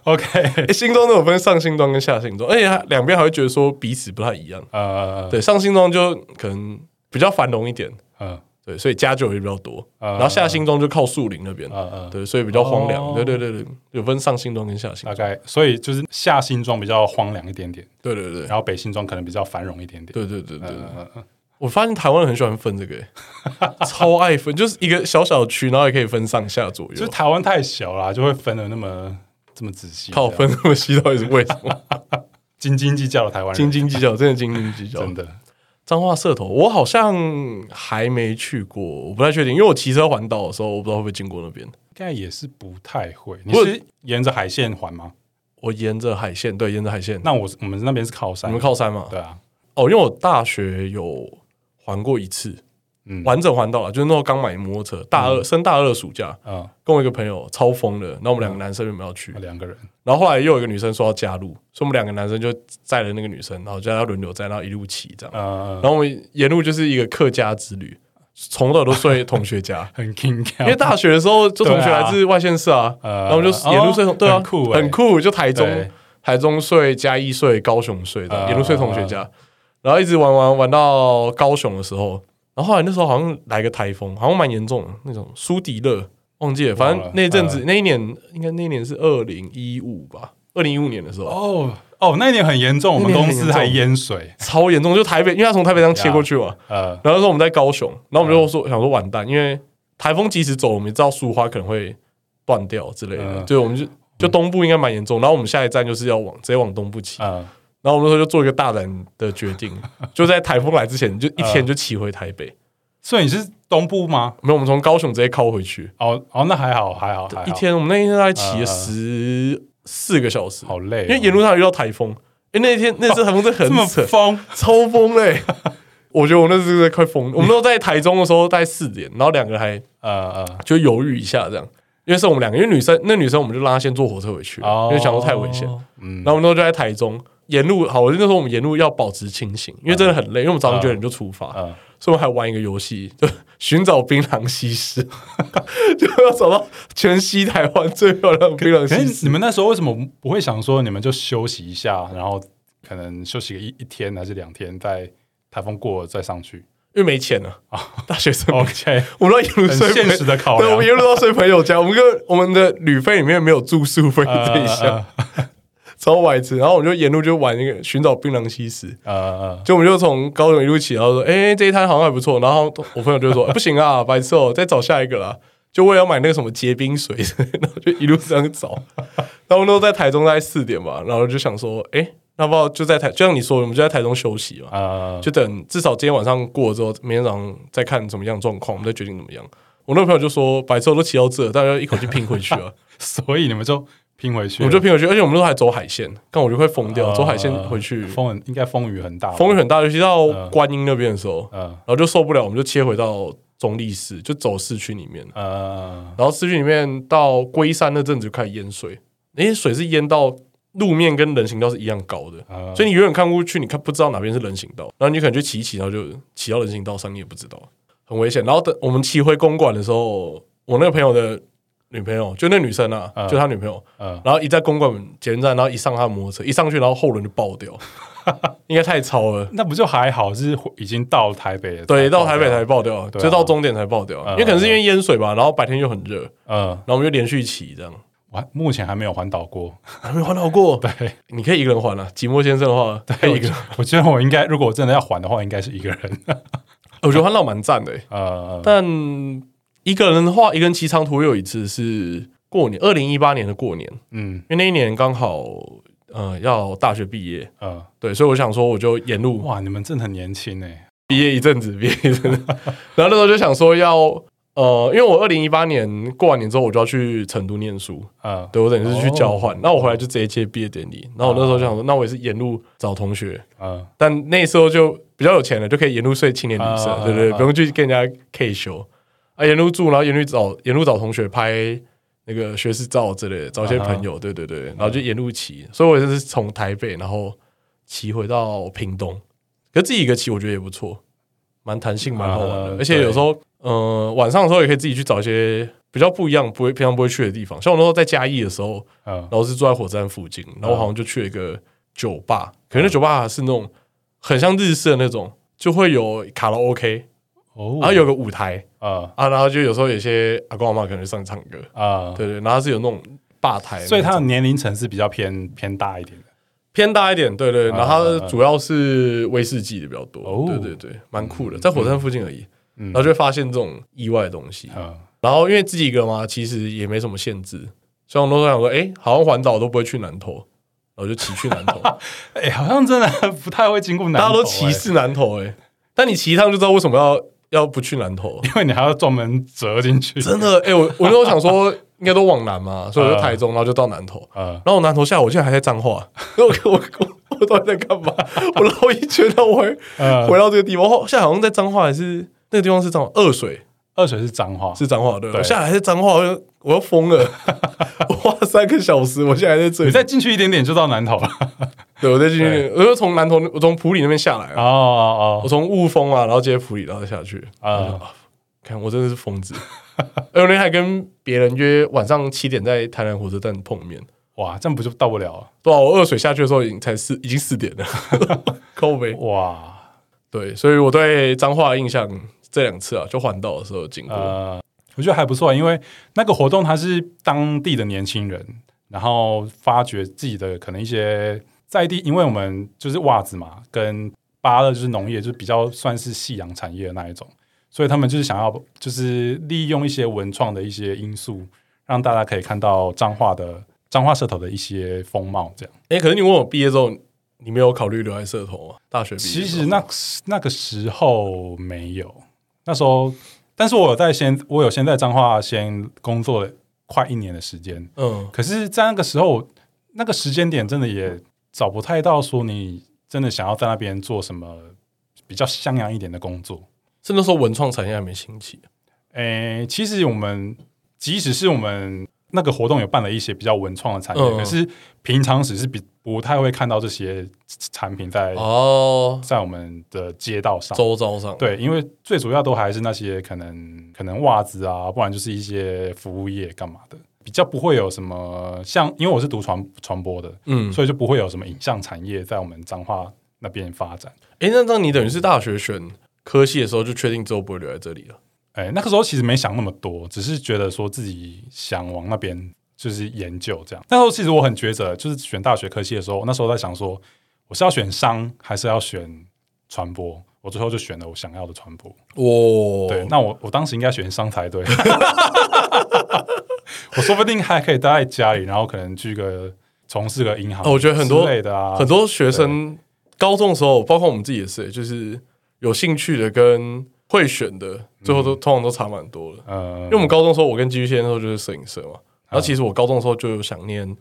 Speaker 2: ？OK，
Speaker 1: 诶新庄都有分上新庄跟下新庄，而且它哎两边还会觉得说彼此不太一样，
Speaker 2: 呃，
Speaker 1: 对，上新庄就可能比较繁荣一点，
Speaker 2: 嗯，
Speaker 1: 对，所以家酒也比较多，
Speaker 2: 啊
Speaker 1: 然后下新庄就靠树林那边
Speaker 2: 呃，呃，
Speaker 1: 对，所以比较荒凉。
Speaker 2: 哦啊
Speaker 1: 对对对对，有分上新庄跟下新
Speaker 2: 大
Speaker 1: 庄，
Speaker 2: 概，所以就是下新庄比较荒凉一点点，
Speaker 1: 对对对
Speaker 2: 然后北新庄可能比较繁荣一点点。
Speaker 1: 对对对对。
Speaker 2: 嗯，嗯嗯
Speaker 1: 我发现台湾人很喜欢分这个、 欸超爱分，就是一个小小区，然后也可以分上下左
Speaker 2: 就是
Speaker 1: 右。
Speaker 2: 台湾太小啦，就会分的那么这么仔细， 啊
Speaker 1: 靠分那么细到底是为什 么？
Speaker 2: 斤斤计较的台湾
Speaker 1: 斤
Speaker 2: 人，
Speaker 1: 斤计较，真的斤斤计较
Speaker 2: 真。的。
Speaker 1: 彰化社头，我好像还没去过，我不太确定，因为我骑车环岛的时候，我不知道会不会经过那边。
Speaker 2: 应该也是不太会。你
Speaker 1: 不
Speaker 2: 是沿着海线环吗？
Speaker 1: 我沿着海线，对，沿着海线。
Speaker 2: 那我我们那边是靠山，
Speaker 1: 你们靠山嘛？
Speaker 2: 对啊，
Speaker 1: 哦，因为我大学有环过一次，
Speaker 2: 嗯
Speaker 1: 完整环岛了，就是那时候刚买摩托车，大二、升大二的暑假，
Speaker 2: 嗯，
Speaker 1: 跟我一个朋友超疯的，然后我们两个男生有没有去？
Speaker 2: 两个人，
Speaker 1: 然后后来又有一个女生说要加入，所以我们两个男生就载了那个女生，然后叫她轮流载，然后一路骑这样。
Speaker 2: 呃，
Speaker 1: 然后我们沿路就是一个客家之旅，从头都睡同学家，
Speaker 2: 很啊 king，
Speaker 1: 因为大学的时候就同学
Speaker 2: 对啊
Speaker 1: 来自外县市啊，
Speaker 2: 呃
Speaker 1: 然后我们就沿路睡同、
Speaker 2: 哦
Speaker 1: 对啊，
Speaker 2: 很酷欸
Speaker 1: 很酷，就台中
Speaker 2: 对
Speaker 1: 台中睡、嘉义睡、高雄睡的，
Speaker 2: 呃
Speaker 1: 沿路睡同学家，然后一直玩玩玩到高雄的时候，然后后来那时候好像来个台风，好像蛮严重的那种苏迪勒，忘记了，反
Speaker 2: 忘
Speaker 1: 正
Speaker 2: 了嗯
Speaker 1: 那阵子、那一年应该那一年是二零一五吧，二零一五年的时候。
Speaker 2: 哦哦，那一年很严重，我
Speaker 1: 那
Speaker 2: 们
Speaker 1: 年很
Speaker 2: 公
Speaker 1: 严重
Speaker 2: 司还淹水，
Speaker 1: 超严重，就台北，因为他从台北这样切过去嘛，
Speaker 2: 呃，
Speaker 1: 然后说我们在高雄，然后我们就说、想说完蛋，因为台风即使走，我们也知道树花可能会断掉之类的，
Speaker 2: 嗯
Speaker 1: 对，我们就就东部应该蛮严重，然后我们下一站就是要往直接往东部骑，
Speaker 2: 呃，
Speaker 1: 然后我们那时候就做一个大胆的决定，就在台风来之前，就一天就骑回台北，
Speaker 2: 所以你是东部吗？
Speaker 1: 没有，我们从高雄直接靠回去，
Speaker 2: 哦哦，那还好，还好，还好
Speaker 1: 一天我们那一天大概骑了
Speaker 2: 嗯嗯
Speaker 1: 十四个小时，
Speaker 2: 好累哦，
Speaker 1: 因为沿路上有遇到台风，因为那一天那次台风真的
Speaker 2: 这 么
Speaker 1: 很扯，
Speaker 2: 疯，
Speaker 1: 超疯嘞、我觉得我那时候快疯了，我们都在台中的时候大概四点，然后两个人还
Speaker 2: 呃呃，
Speaker 1: 就犹豫一下这样，因为是我们两个，因为女生那女生我们就让她先坐火车回去，
Speaker 2: 哦
Speaker 1: 因为想说太危险。
Speaker 2: 嗯
Speaker 1: 然，后我们都就在台中沿路，好，我就那时候我们沿路要保持清醒，因为真的很
Speaker 2: 嗯
Speaker 1: 累，因为我们早上九点就出发，
Speaker 2: 呃，
Speaker 1: 所以我们还玩一个游戏，就寻找槟榔西施， 就要找到全西台湾最漂亮的槟榔
Speaker 2: 可
Speaker 1: 西
Speaker 2: 是
Speaker 1: 施。
Speaker 2: 你们那时候为什么不会想说你们就休息一下，然后可能休息个一一天还是两天，在台风过了再上去
Speaker 1: 因为没钱了啊，大学生，
Speaker 2: ？OK，
Speaker 1: 我们都一路
Speaker 2: 哦很
Speaker 1: 睡
Speaker 2: 现
Speaker 1: 没
Speaker 2: 实的考
Speaker 1: 对，我们
Speaker 2: 量。
Speaker 1: 一路到睡朋友家，我们跟我们的旅费里面没有住宿费这一项，
Speaker 2: 呃
Speaker 1: 超白痴。然后我们就沿路就玩那个寻找槟榔西施，
Speaker 2: 呃呃，
Speaker 1: 就我们就从高雄一路骑，然后说，哎、这一摊好像还不错。然后我朋友就说，不行啊， 白痴哦、再找下一个啦。就为了要买那个什么结冰水， 然后就一路这样找。 然后我们都在台中大概四点吧，然后就想说，哎、要不要就在台，就像你说的，我们就在台中休息嘛。
Speaker 2: 呃，
Speaker 1: 就等至少今天晚上过了之后，明天早上再看怎么样状况，我们再决定怎么样。我那个朋友就说，白哦昼都骑到这，大家要一口气拼回去啊！
Speaker 2: 所以你们就拼回去
Speaker 1: 我
Speaker 2: 了，
Speaker 1: 们
Speaker 2: 呃
Speaker 1: 就拼回去，而且我们都还走海线，但我就快疯
Speaker 2: 啊
Speaker 1: 掉，走海线回去，
Speaker 2: 风很应该风雨很大吧，
Speaker 1: 风雨很大，尤其到观音那边的时候，
Speaker 2: 呃
Speaker 1: 然后就受不了，我们就切回到中立市，就走市区里面。
Speaker 2: 呃
Speaker 1: 然后市区里面到龟山那阵子就开始淹水，那些水是淹到路面跟人行道是一样高的，
Speaker 2: 呃，
Speaker 1: 所以你远远看过去，你看不知道哪边是人行道，然后你可能就骑一骑，然后就骑到人行道上，你也不知道，很危险。然后等我们骑回公馆的时候，我那个朋友的女朋友，就那女生啊，
Speaker 2: 嗯
Speaker 1: 就他女朋友，
Speaker 2: 嗯，
Speaker 1: 然后一在公馆捷运站，然后一上他的摩托车，一上去然后后轮就爆掉，应该太超了。
Speaker 2: 那不就还好，是回已经到台北了，
Speaker 1: 对，
Speaker 2: 才
Speaker 1: 到
Speaker 2: 爆
Speaker 1: 台北
Speaker 2: 掉
Speaker 1: 才，爆掉，
Speaker 2: 对啊
Speaker 1: 就到终点才爆掉，
Speaker 2: 嗯
Speaker 1: 因为可能是因为淹水吧，然后白天又很热，
Speaker 2: 嗯，
Speaker 1: 然后我们就连续骑 这样，
Speaker 2: 我还目前还没有环岛过，
Speaker 1: 还没环岛过。
Speaker 2: 对，
Speaker 1: 你可以一个人环啊，寂寞先生的话，可以一个人，
Speaker 2: 我觉得我应该，如果我真的要还的话，应该是一个人，
Speaker 1: 我觉得环岛蛮赞的欸。
Speaker 2: 呃，
Speaker 1: 但一个人的话，一个人骑长途我有一次是过年，二零一八年的过年，
Speaker 2: 嗯，
Speaker 1: 因为那一年刚好呃要大学毕业，
Speaker 2: 呃，
Speaker 1: 对，所以我想说我就沿路
Speaker 2: 哇，你们真的很年轻哎，
Speaker 1: 毕业一阵子，毕业一阵子，然后那时候就想说要呃，因为我二零一八年过完年之后我就要去成都念书，
Speaker 2: 呃，
Speaker 1: 对我等于是去交换
Speaker 2: 哦，
Speaker 1: 那、我回来就直接接毕业典礼，然后我那时候就想说，那我也是沿路找同学，
Speaker 2: 呃，
Speaker 1: 但那时候就比较有钱了，就可以沿路睡青年旅社，
Speaker 2: 啊
Speaker 1: 对对对
Speaker 2: 啊
Speaker 1: 不用去跟人家 K 修啊，沿路住，然后沿路找沿路找同学拍那个学士照之类的，找一些
Speaker 2: 啊
Speaker 1: 朋友，对对对，然后就沿路骑，所以我就是从台北然后骑回到屏东，可是自己一个骑我觉得也不错，蛮弹性蛮好玩的，
Speaker 2: 啊
Speaker 1: 而且有时候呃晚上的时候也可以自己去找一些。比较不一样，不会平常不会去的地方。像我那时候在嘉义的时候，
Speaker 2: 呃，
Speaker 1: 然后是住在火车站附近，然后我好像就去了一个酒吧，可是那酒吧是那种很像日式的那种，就会有卡拉 OK，
Speaker 2: 哦，
Speaker 1: 然后啊有个舞台
Speaker 2: 呃，
Speaker 1: 啊，然后就有时候有些阿公阿妈可能就上去唱歌，
Speaker 2: 呃，
Speaker 1: 对对，然后它是有那种吧台那种，
Speaker 2: 所以他的年龄层是比较偏偏大一点的，
Speaker 1: 偏大一点，对对，
Speaker 2: 啊
Speaker 1: 然后它主要是威士忌的比较
Speaker 2: 哦
Speaker 1: 多，对对对，蛮酷的，在火车站附近而已，
Speaker 2: 嗯
Speaker 1: 然后就会发现这种意外的东西，
Speaker 2: 呃，
Speaker 1: 然后因为自己一个嘛，其实也没什么限制，所以我那时候想说，哎，好像环岛都不会去南投。然后就骑去南投，
Speaker 2: 哎，好像真的不太会经过南投，
Speaker 1: 大家都
Speaker 2: 哎
Speaker 1: 歧，视南投哎、但你骑一趟就知道为什么要要不去南投，
Speaker 2: 因为你还要专门折进去，
Speaker 1: 真 的哎、啊我我那时候想说应该都往南嘛，所以我就台中，然后就到南投，
Speaker 2: 呃，
Speaker 1: 然后我南投下来我竟然还在彰化， 我我我我到底在干 嘛？我绕一圈，然后我回
Speaker 2: 呃，
Speaker 1: 回到这个地方，我现在好像在彰化还是那个地方是彰化二水
Speaker 2: 二水是脏话，
Speaker 1: 是彰化对，
Speaker 2: 对
Speaker 1: 我下来还是彰化，我就我要疯了， 我花三个小时，我现在还在这
Speaker 2: 你
Speaker 1: 里，
Speaker 2: 再进去一点点就到南投了，
Speaker 1: 对我在进去，我就从南投我从埔里那边下来啊
Speaker 2: 哦，哦
Speaker 1: 我从雾峰啊，然后接普里，然后下去
Speaker 2: 啊
Speaker 1: 啊。看我真的是疯子， 而我那天还跟别人约晚上七点在台南火车站碰面。
Speaker 2: 哦，哇，这样不就到不了了？
Speaker 1: 对啊，我二水下去的时候已经才四，已经四 点了，靠呗。
Speaker 2: 哇，
Speaker 1: 对，所以我对彰化的印象这两次啊，就环岛的时候经过，
Speaker 2: 呃，我觉得还不错，因为那个活动它是当地的年轻人，然后发掘自己的可能一些在地，因为我们就是袜子嘛，跟芭乐就是农业，就是比较算是夕阳产业的那一种，所以他们就是想要就是利用一些文创的一些因素，让大家可以看到彰化的彰化社头的一些风貌，这样。
Speaker 1: 哎、可是你问我毕业之后，你没有考虑留在社头吗？大学毕业
Speaker 2: 其
Speaker 1: 之后，
Speaker 2: 实那那个时候没有，那时候，但是我有在先，我有先在彰化先工作了快一年的时间。
Speaker 1: 嗯，
Speaker 2: 可是，在那个时候，那个时间点真的也找不太到说你真的想要在那边做什么比较像样一点的工作。
Speaker 1: 是那时候文创产业还没兴起，
Speaker 2: 诶、其实我们即使是我们那个活动有办了一些比较文创的产业，
Speaker 1: 嗯
Speaker 2: 可是平常时是比不太会看到这些产品在、
Speaker 1: 哦，
Speaker 2: 在我们的街道上。
Speaker 1: 周遭上，
Speaker 2: 对，因为最主要都还是那些可能可能袜子啊，不然就是一些服务业干嘛的，比较不会有什么像，因为我是读传传播的，
Speaker 1: 嗯，
Speaker 2: 所以就不会有什么影像产业在我们彰化那边发展。
Speaker 1: 哎、那那你等于是大学选科系的时候就确定之后不会留在这里了。
Speaker 2: 哎、那个时候其实没想那么多，只是觉得说自己想往那边就是研究这样。那时候其实我很抉择，就是选大学科系的时候，那时候在想说，我是要选商还是要选传播？我最后就选了我想要的传播。
Speaker 1: 哦，
Speaker 2: 对，那我我当时应该选商才对。 我说不定还可以待在家里，然后可能去个从事个银行，
Speaker 1: 哦我觉得很多
Speaker 2: 之类的啊，
Speaker 1: 很多学生高中的时候，包括我们自己也是，就是有兴趣的跟会选的，最后都、通常都差蛮多的。
Speaker 2: 呃，
Speaker 1: 因为我们高中的时候，我跟基玉先那时候就是摄影社嘛，然后其实我高中的时候就有想念。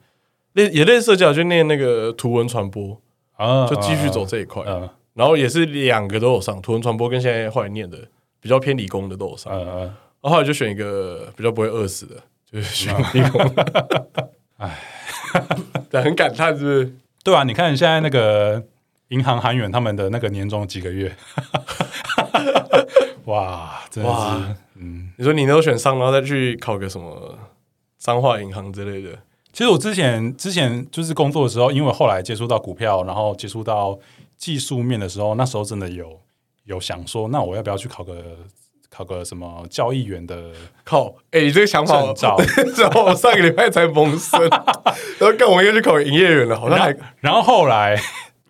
Speaker 1: 类也类似社交，就念那个图文传播，
Speaker 2: 啊
Speaker 1: 就继续走，这一块。
Speaker 2: 呃
Speaker 1: 然后也是两个都有上，图文传播跟现在后来念的比较偏理工的都有上。
Speaker 2: 呃呃，
Speaker 1: 然后后来就选一个比较不会饿死的，就是选理工。哎， 对，很感叹是不是？
Speaker 2: 对啊，你看现在那个银行韩远他们的那个年终几个月， 哇，真的
Speaker 1: 哇
Speaker 2: 是，嗯，
Speaker 1: 你说你都选上，然后再去考个什么彰化银行之类的。
Speaker 2: 其实我之前之前就是工作的时候，因为我后来接触到股票，然后接触到技术面的时候，那时候真的有有想说，那我要不要去考个考个什么交易员的
Speaker 1: 靠，哎、你这个想法，
Speaker 2: 证照？
Speaker 1: 然后我上个礼拜才萌 生，然后干我又去考营业员了，好像
Speaker 2: 然
Speaker 1: 还
Speaker 2: 后然后后来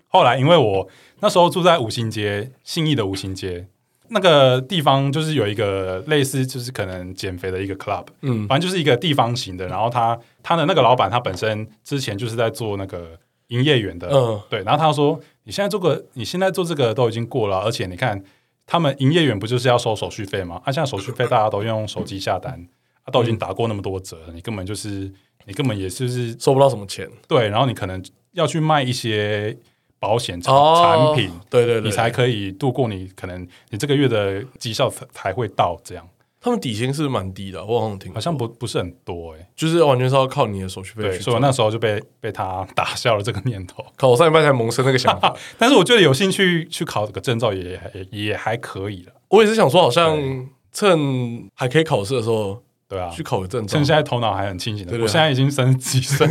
Speaker 2: 后来，因为我那时候住在五星街信义的五星街那个地方，就是有一个类似就是可能减肥的一个 club，
Speaker 1: 嗯
Speaker 2: 反正就是一个地方型的。然后他他的那个老板，他本身之前就是在做那个营业员的，
Speaker 1: 嗯
Speaker 2: 对。然后他说：“你现在做个，你现在做这个都已经过了，而且你看他们营业员不就是要收手续费吗？啊，现在手续费大家都用手机下单，啊，都
Speaker 1: 嗯
Speaker 2: 已经打过那么多折了，你根本就是你根本也就是
Speaker 1: 收不到什么钱
Speaker 2: 对，然后你可能要去卖一些保险产、产品，，
Speaker 1: 对哦对对，
Speaker 2: 哦你才可以度过你可能你这个月的绩效才才会到这样，
Speaker 1: 他们底薪是蛮低的，我好像听过，
Speaker 2: 好像不不是很多哎、欸。
Speaker 1: 就是完全哦是要靠你的手续费
Speaker 2: 对，
Speaker 1: 去
Speaker 2: 所以我
Speaker 1: 赚。
Speaker 2: 那时候就被被他打消了这个念 头。
Speaker 1: 靠，我上礼拜才萌生那个想 法，
Speaker 2: 但是我觉得有兴趣去考这个证照也也也还可以了，
Speaker 1: 我也是想说，好像趁还可以考试的时候
Speaker 2: 对啊
Speaker 1: 去。考个证照
Speaker 2: 趁。现在头脑还很清醒的，
Speaker 1: 对对
Speaker 2: 我
Speaker 1: 对
Speaker 2: 现在已经三十 几岁，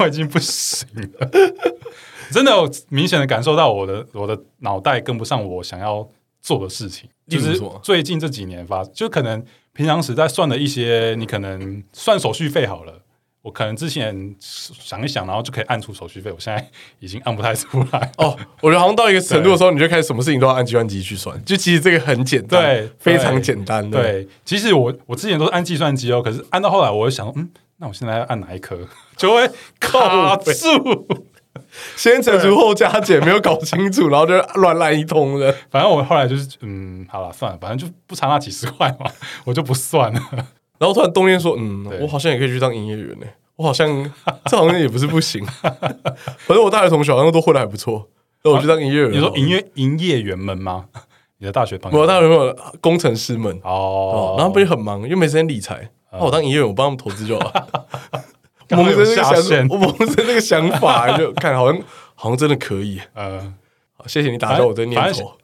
Speaker 2: 我已经不行了。 真的，我明显的感受到我的我的脑袋跟不上我想要做的事情，
Speaker 1: 例
Speaker 2: 就
Speaker 1: 如什
Speaker 2: 是
Speaker 1: 么
Speaker 2: 最近这几年发，就可能平常时在算的一些，你可能算手续费好了。我可能之前想一想，然后就可以按出手续费，我现在已经按不太出 来。
Speaker 1: 哦，我觉得好像到一个程度的时候，你就开始什么事情都要按计算机去算，就其实这个很简单，
Speaker 2: 对
Speaker 1: 非常简单的。，
Speaker 2: 对，其实我我之前都是按计算机哦，可是按到后来，我就想，嗯，那我现在要按哪一颗，就会卡住。
Speaker 1: 先乘除后加减，没有搞清楚，然后就乱来一通的。
Speaker 2: 反正我后来就是，嗯，好了，算了，反正就不差那几十块嘛， 我就不算了。
Speaker 1: 然后突然冬天说，嗯，
Speaker 2: 对
Speaker 1: 我好像也可以去当营业员呢、我好像这好像也不是不行。反正我大学同学好像都混的还不错，那我去当营业员好了。
Speaker 2: 啊你说营业营业员们吗？你的大学朋友？
Speaker 1: 哦我大学朋友工程师们，
Speaker 2: 哦啊
Speaker 1: 哦，，然后不是很忙，又没时间理财，那、我当营业员，我帮他们投资就好了。萌生这个
Speaker 2: 刚好有下
Speaker 1: 想，
Speaker 2: 线
Speaker 1: 我萌生这个想法，就 看好像好像真的可以。
Speaker 2: 呃，
Speaker 1: 好谢谢你打消我这念
Speaker 2: 反正
Speaker 1: 头。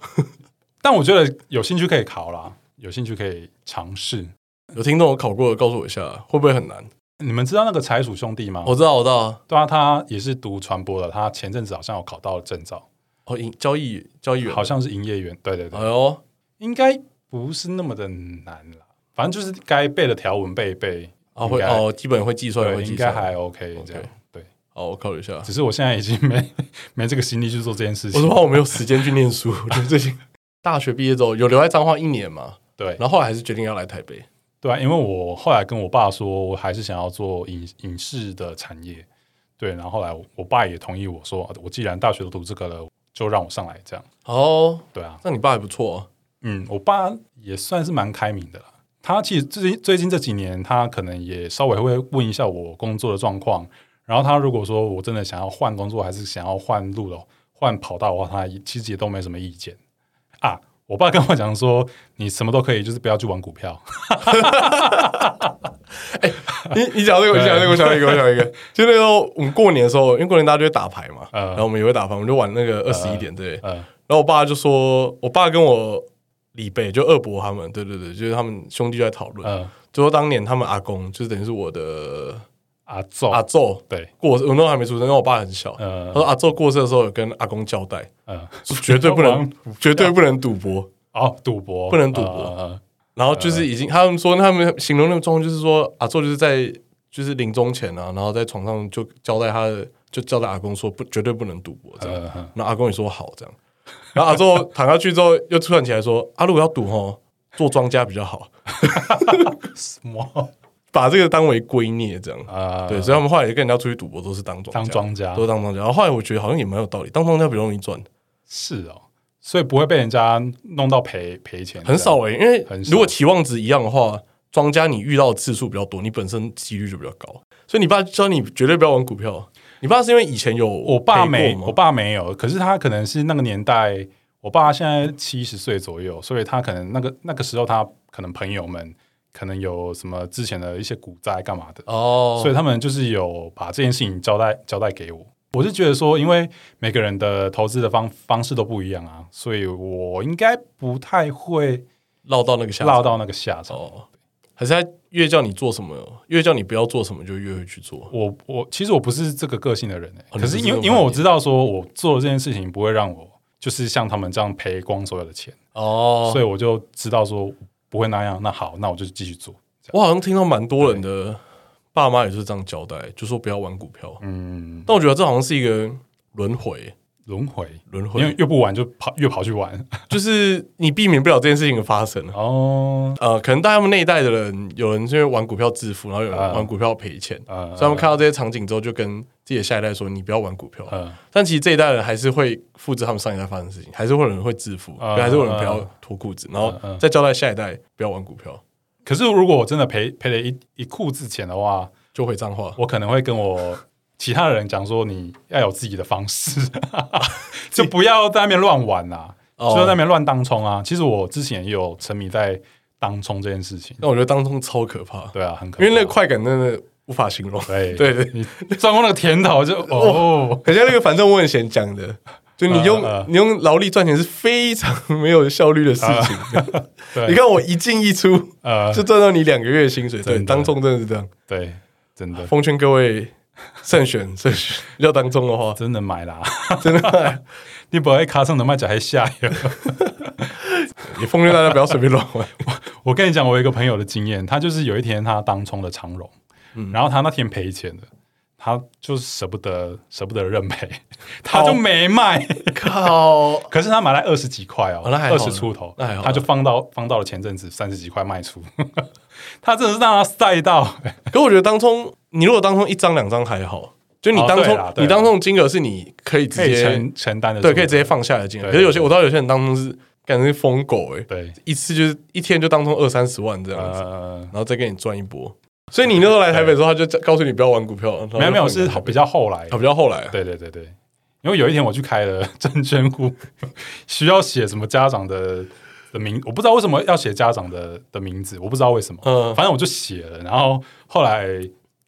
Speaker 2: 但我觉得有兴趣可以考啦，有兴趣可以尝试。
Speaker 1: 有听众有考过的，告诉我一下，会不会很难？
Speaker 2: 你们知道那个财鼠兄弟吗？
Speaker 1: 我知道，我知道。
Speaker 2: 对啊，他也是读传播的，他前阵子好像有考到了证照，
Speaker 1: 哦，营交易交易员，
Speaker 2: 好像是营业员。对对对，
Speaker 1: 哎呦，
Speaker 2: 应该不是那么的难啦，反正就是该背的条文背一背，
Speaker 1: 啊会
Speaker 2: 应该
Speaker 1: 哦，基本会计算，
Speaker 2: 对，
Speaker 1: 会
Speaker 2: 应
Speaker 1: 计
Speaker 2: 该
Speaker 1: 算。
Speaker 2: 还 OK 这样
Speaker 1: OK。
Speaker 2: 对，
Speaker 1: 好，我考虑一下。
Speaker 2: 只是我现在已经没 没这个心力去做这件事
Speaker 1: 我说哦
Speaker 2: 情。
Speaker 1: 话我没有时间去念书，我就最近大学毕业之后有留在彰化一年嘛，
Speaker 2: 对
Speaker 1: 然后后来还是决定要来台北。
Speaker 2: 对啊，因为我后来跟我爸说，我还是想要做影影视的产业。对，然后后来我我爸也同意我说，啊我既然大学都读这个了，就让我上来这样。
Speaker 1: 哦，
Speaker 2: 对啊，
Speaker 1: 那你爸还不错、啊，
Speaker 2: 嗯，我爸也算是蛮开明的啦。他其实最近最近这几年，他可能也稍微会问一下我工作的状况。然后他如果说我真的想要换工作，还是想要换路了、换跑道的话，他也其实也都没什么意见啊。我爸跟我讲说，你什么都可以，就是不要去玩股票。
Speaker 1: 哦你你讲这个，我讲这个，我想到一个，我想到一个。就那时候我们过年的时候，因为过年大家就会打牌嘛，
Speaker 2: 嗯
Speaker 1: 然后我们也会打牌，我们就玩那个二十一点对。
Speaker 2: 呃，
Speaker 1: 然后我爸就说，我爸跟我李贝就二伯他们，对对对，就是他们兄弟就在讨论，
Speaker 2: 呃，
Speaker 1: 就说当年他们阿公就是等于是我的
Speaker 2: 阿奏，
Speaker 1: 阿昼
Speaker 2: 对，
Speaker 1: 过，我那时候还没出生，因为我爸很小。他
Speaker 2: 呃，
Speaker 1: 说阿昼过世的时候有跟阿公交代，
Speaker 2: 呃，
Speaker 1: 说绝对不 能
Speaker 2: 玩，
Speaker 1: 绝对不能赌博。
Speaker 2: 哦，赌博
Speaker 1: 不能赌博
Speaker 2: 呃
Speaker 1: 然后就是已经，他们说他们形容那个状况，就是说阿宙就是在就是临终前啊，然后在床上就交代他的，就交代阿公说不绝对不能赌博这
Speaker 2: 呃
Speaker 1: 样。
Speaker 2: 呃，呃
Speaker 1: 然后阿公也说好这样。然后阿宙躺下去之后又突然起来说：“啊，如果要赌哦，做庄家比较好，
Speaker 2: 什么？
Speaker 1: 把这个当为圭臬这样。”
Speaker 2: 呃，
Speaker 1: 对，所以他们后来也跟人家出去赌博都是当庄
Speaker 2: 当
Speaker 1: 家，
Speaker 2: 庄家
Speaker 1: 都是当庄家。然后后来我觉得好像也蛮有道理，当庄家比较容易赚，
Speaker 2: 是哦，所以不会被人家弄到赔赔钱，
Speaker 1: 很少诶、因为
Speaker 2: 很少
Speaker 1: 如果期望值一样的话，庄家你遇到的次数比较多，你本身几率就比较高。所以你爸教你绝对不要玩股票，你爸是因为以前有
Speaker 2: 我爸
Speaker 1: 赔
Speaker 2: 没，
Speaker 1: 过吗
Speaker 2: 我爸没有，可是他可能是那个年代，我爸现在七十岁左右，所以他可能那个那个时候他可能朋友们可能有什么之前的一些股灾干嘛的，
Speaker 1: 哦，
Speaker 2: 所以他们就是有把这件事情交代交代给我。我是觉得说，因为每个人的投资的方方式都不一样啊，所以我应该不太会
Speaker 1: 绕到那个下
Speaker 2: 落到那个下场。
Speaker 1: 哦，还是他越叫你做什么，越叫你不要做什么，就越会去做。
Speaker 2: 我我其实我不是这个个性的人、欸
Speaker 1: 哦你
Speaker 2: 可
Speaker 1: 不是
Speaker 2: 是因
Speaker 1: 这
Speaker 2: 为
Speaker 1: 种
Speaker 2: 因为我
Speaker 1: 人
Speaker 2: 知道说我做的这件事情不会让我就是像他们这样赔光所有的钱，
Speaker 1: 哦
Speaker 2: 所以我就知道说不会那样。那好，那我就继续做。
Speaker 1: 我好像听到蛮多人的爸妈也是这样交代，就说不要玩股票。
Speaker 2: 嗯，
Speaker 1: 但我觉得这好像是一个轮回，
Speaker 2: 轮回，
Speaker 1: 轮
Speaker 2: 因为
Speaker 1: 回
Speaker 2: 越不玩就跑越跑去玩。
Speaker 1: 就是你避免不了这件事情的发生。啊
Speaker 2: 哦，
Speaker 1: 呃，可能在他们那一代的人，有人是因为玩股票致富，然后有人
Speaker 2: 啊
Speaker 1: 玩股票赔钱，
Speaker 2: 呃，
Speaker 1: 所以他们看到这些场景之后，就跟自己的下一代说：“你不要玩股票。哦
Speaker 2: 呃，”
Speaker 1: 但其实这一代人还是会复制他们上一代发生的事情，还是会有人会致富，
Speaker 2: 啊
Speaker 1: 还是会有人不要脱裤子，然后
Speaker 2: 啊啊啊
Speaker 1: 再交代下一代不要玩股票，
Speaker 2: 可是如果我真的赔赔了一一裤子钱的话，
Speaker 1: 就会脏话。
Speaker 2: 我可能会跟我其他人讲说，你要有自己的方式， 就不要在那边乱玩啦、
Speaker 1: 哦
Speaker 2: 就在那边乱当冲啊。其实我之前也有沉迷在当冲这件事情，
Speaker 1: 但我觉得当中超可怕，
Speaker 2: 对啊，很可
Speaker 1: 因
Speaker 2: 怕
Speaker 1: 为那个快感真的无法形容。
Speaker 2: 对
Speaker 1: 对对，
Speaker 2: 你钻过那个甜 头就哦，
Speaker 1: 很像那个反正我很闲讲的，就你用、
Speaker 2: 啊啊
Speaker 1: 你用劳力赚钱是非常没有效率的事情。
Speaker 2: 啊 对
Speaker 1: 你看我一进一出
Speaker 2: 呃，
Speaker 1: 就赚到你两个月的薪水，对，
Speaker 2: 真的
Speaker 1: 当众真的是这样。
Speaker 2: 对，真的
Speaker 1: 奉劝各位慎选慎选，要当众的 话，
Speaker 2: 真的买 啦，
Speaker 1: 真的
Speaker 2: 你不要卡上的卖假还下游。
Speaker 1: 也奉劝大家不要随便乱玩。
Speaker 2: 我跟你讲，我有一个朋友的经验，他就是有一天他当冲了长荣，
Speaker 1: 嗯
Speaker 2: 然后他那天赔钱了，他就舍不得舍不得认 赔，他就没卖，
Speaker 1: 靠！
Speaker 2: 可是他买来二十几块哦，
Speaker 1: 哦那还好
Speaker 2: 二
Speaker 1: 啦
Speaker 2: 十出头，
Speaker 1: 那还好啦
Speaker 2: 他就放到放到了前阵子三十几块卖出， 他真的是让他赛到，
Speaker 1: 可我觉得当冲，你如果当冲一张两张还好，就你
Speaker 2: 哦
Speaker 1: 当
Speaker 2: 对
Speaker 1: 冲、
Speaker 2: 啦对
Speaker 1: 你
Speaker 2: 啦
Speaker 1: 当冲的金额是你可以直
Speaker 2: 可以
Speaker 1: 接
Speaker 2: 承承担的，
Speaker 1: 对可以直接，放下来的金额。
Speaker 2: 对
Speaker 1: 可是有些我知道有些人当冲是感觉是疯狗哎、欸
Speaker 2: 对，
Speaker 1: 一次就是一天就当冲二三十万这样子，
Speaker 2: 呃
Speaker 1: 然，后再给你赚一波。所以你那时候来台北的时候，他就告诉你不要玩股票，然后就
Speaker 2: 没有没有
Speaker 1: 放你
Speaker 2: 是
Speaker 1: 来台
Speaker 2: 比
Speaker 1: 北
Speaker 2: 较后来
Speaker 1: 啊，比较后来啊
Speaker 2: 对对对对，因为有一天我去开了 证券户，需要写什么家长的的名，我不知道为什么要写家长的的名字，我不知道为什么，
Speaker 1: 嗯
Speaker 2: 反正我就写了。然后后来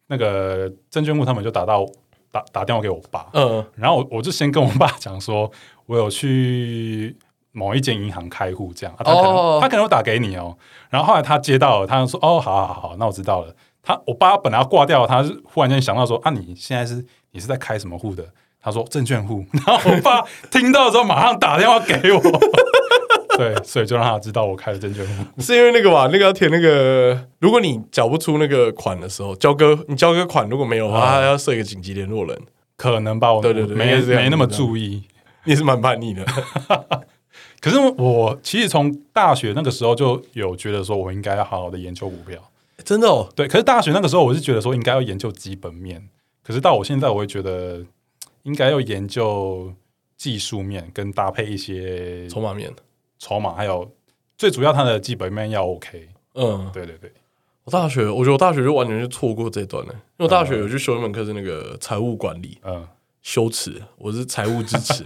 Speaker 2: 那个证券户他们就打到打打电话给我爸，
Speaker 1: 嗯
Speaker 2: 然后我我就先跟我爸讲说，我有去某一间银行开户，这样、啊、他可能、
Speaker 1: 哦
Speaker 2: 他可能有打给你哦。然后后来他接到了，他就说哦，好好好，那我知道了。他我爸本来要挂掉，他是忽然间想到说啊，你现在是你是在开什么户的？他说证券户。 然后我爸听到之后马上打电话给我， 对，所以就让他知道我开了证券户。
Speaker 1: 是因为那个吧，那个要填那个，如果你缴不出那个款的时候，交割你交割款如果没有的话，
Speaker 2: 啊
Speaker 1: 他要设一个紧急联络人，
Speaker 2: 可能吧，我
Speaker 1: 对对对应
Speaker 2: 没
Speaker 1: 该是这样
Speaker 2: 没那么
Speaker 1: 应该是这样
Speaker 2: 注意。
Speaker 1: 你也是蛮叛逆 的。
Speaker 2: 可是我其实从大学那个时候就有觉得说，我应该要好好的研究股票。
Speaker 1: 真的哦，
Speaker 2: 对，可是大学那个时候，我是觉得说应该要研究基本面，可是到我现在，我会觉得嘖应该要研究技术面，跟搭配一些
Speaker 1: 筹码面，
Speaker 2: 筹码，还有最主要它的基本面要 OK。
Speaker 1: 嗯，
Speaker 2: 对对对，
Speaker 1: 我大学，我觉得我大学就完全就错过这段了，因为我大学有去修一门课是那个财务管理，
Speaker 2: 嗯，
Speaker 1: 羞耻，我是财务支 持。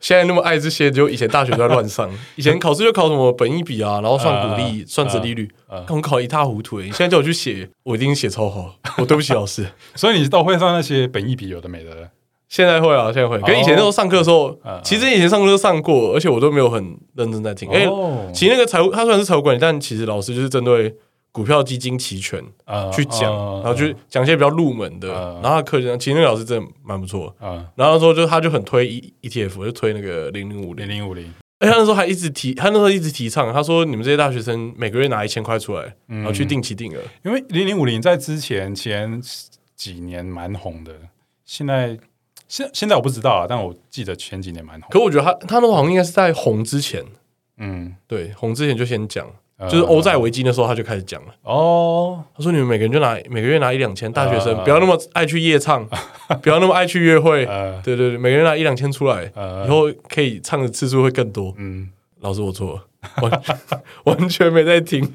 Speaker 1: 现在那么爱这些，就以前大学都在乱 上，以前考试就考什么本益比啊，然后算股利、
Speaker 2: 嗯
Speaker 1: 算折利率，
Speaker 2: 嗯嗯
Speaker 1: 看我考一塌糊涂、欸。你现在叫我去写，我一定写超好。我对不起老师。
Speaker 2: 所以你都会算那些本益比有的没的，
Speaker 1: 现在会啊，现在会。跟以前那时候上课的时候
Speaker 2: 哦嗯嗯，
Speaker 1: 其实以前上课都上过，而且我都没有很认真在听。哎，
Speaker 2: 哦
Speaker 1: 其实那个财务，他虽然是财务管理，但其实老师就是针对股票、基金、期权
Speaker 2: 呃
Speaker 1: 去讲，然后去讲一些比较入门的。
Speaker 2: 嗯
Speaker 1: 然后他课就这样其实那个老师真的蛮不错的。
Speaker 2: 嗯
Speaker 1: 然后那时候就他就很推 E ETF，就推那个零零五零
Speaker 2: 零。零五零，
Speaker 1: 哎，他那时候还一直提，他那时候一直提倡，他说你们这些大学生每个月拿一千块出来，
Speaker 2: 嗯
Speaker 1: 然后去定期定额。
Speaker 2: 因为零零五零在之前前几年蛮红的，现在现现在我不知道啊，但我记得前几年蛮红。
Speaker 1: 可我觉得他他那时候好像应该是在红之前，
Speaker 2: 嗯，
Speaker 1: 对，红之前就先讲，
Speaker 2: 呃
Speaker 1: 就是欧债危机那时候他就开始讲了。
Speaker 2: 哦，
Speaker 1: 他说你们每个人就拿每个月拿一两千，大学生
Speaker 2: 呃
Speaker 1: 不要那么爱去夜 唱，不要那么爱去约会。
Speaker 2: 呃
Speaker 1: 对对对，每个人拿一两千出来，
Speaker 2: 呃
Speaker 1: 以后可以唱的次数会更多。
Speaker 2: 嗯，
Speaker 1: 老师，我错了，完 完全没在听。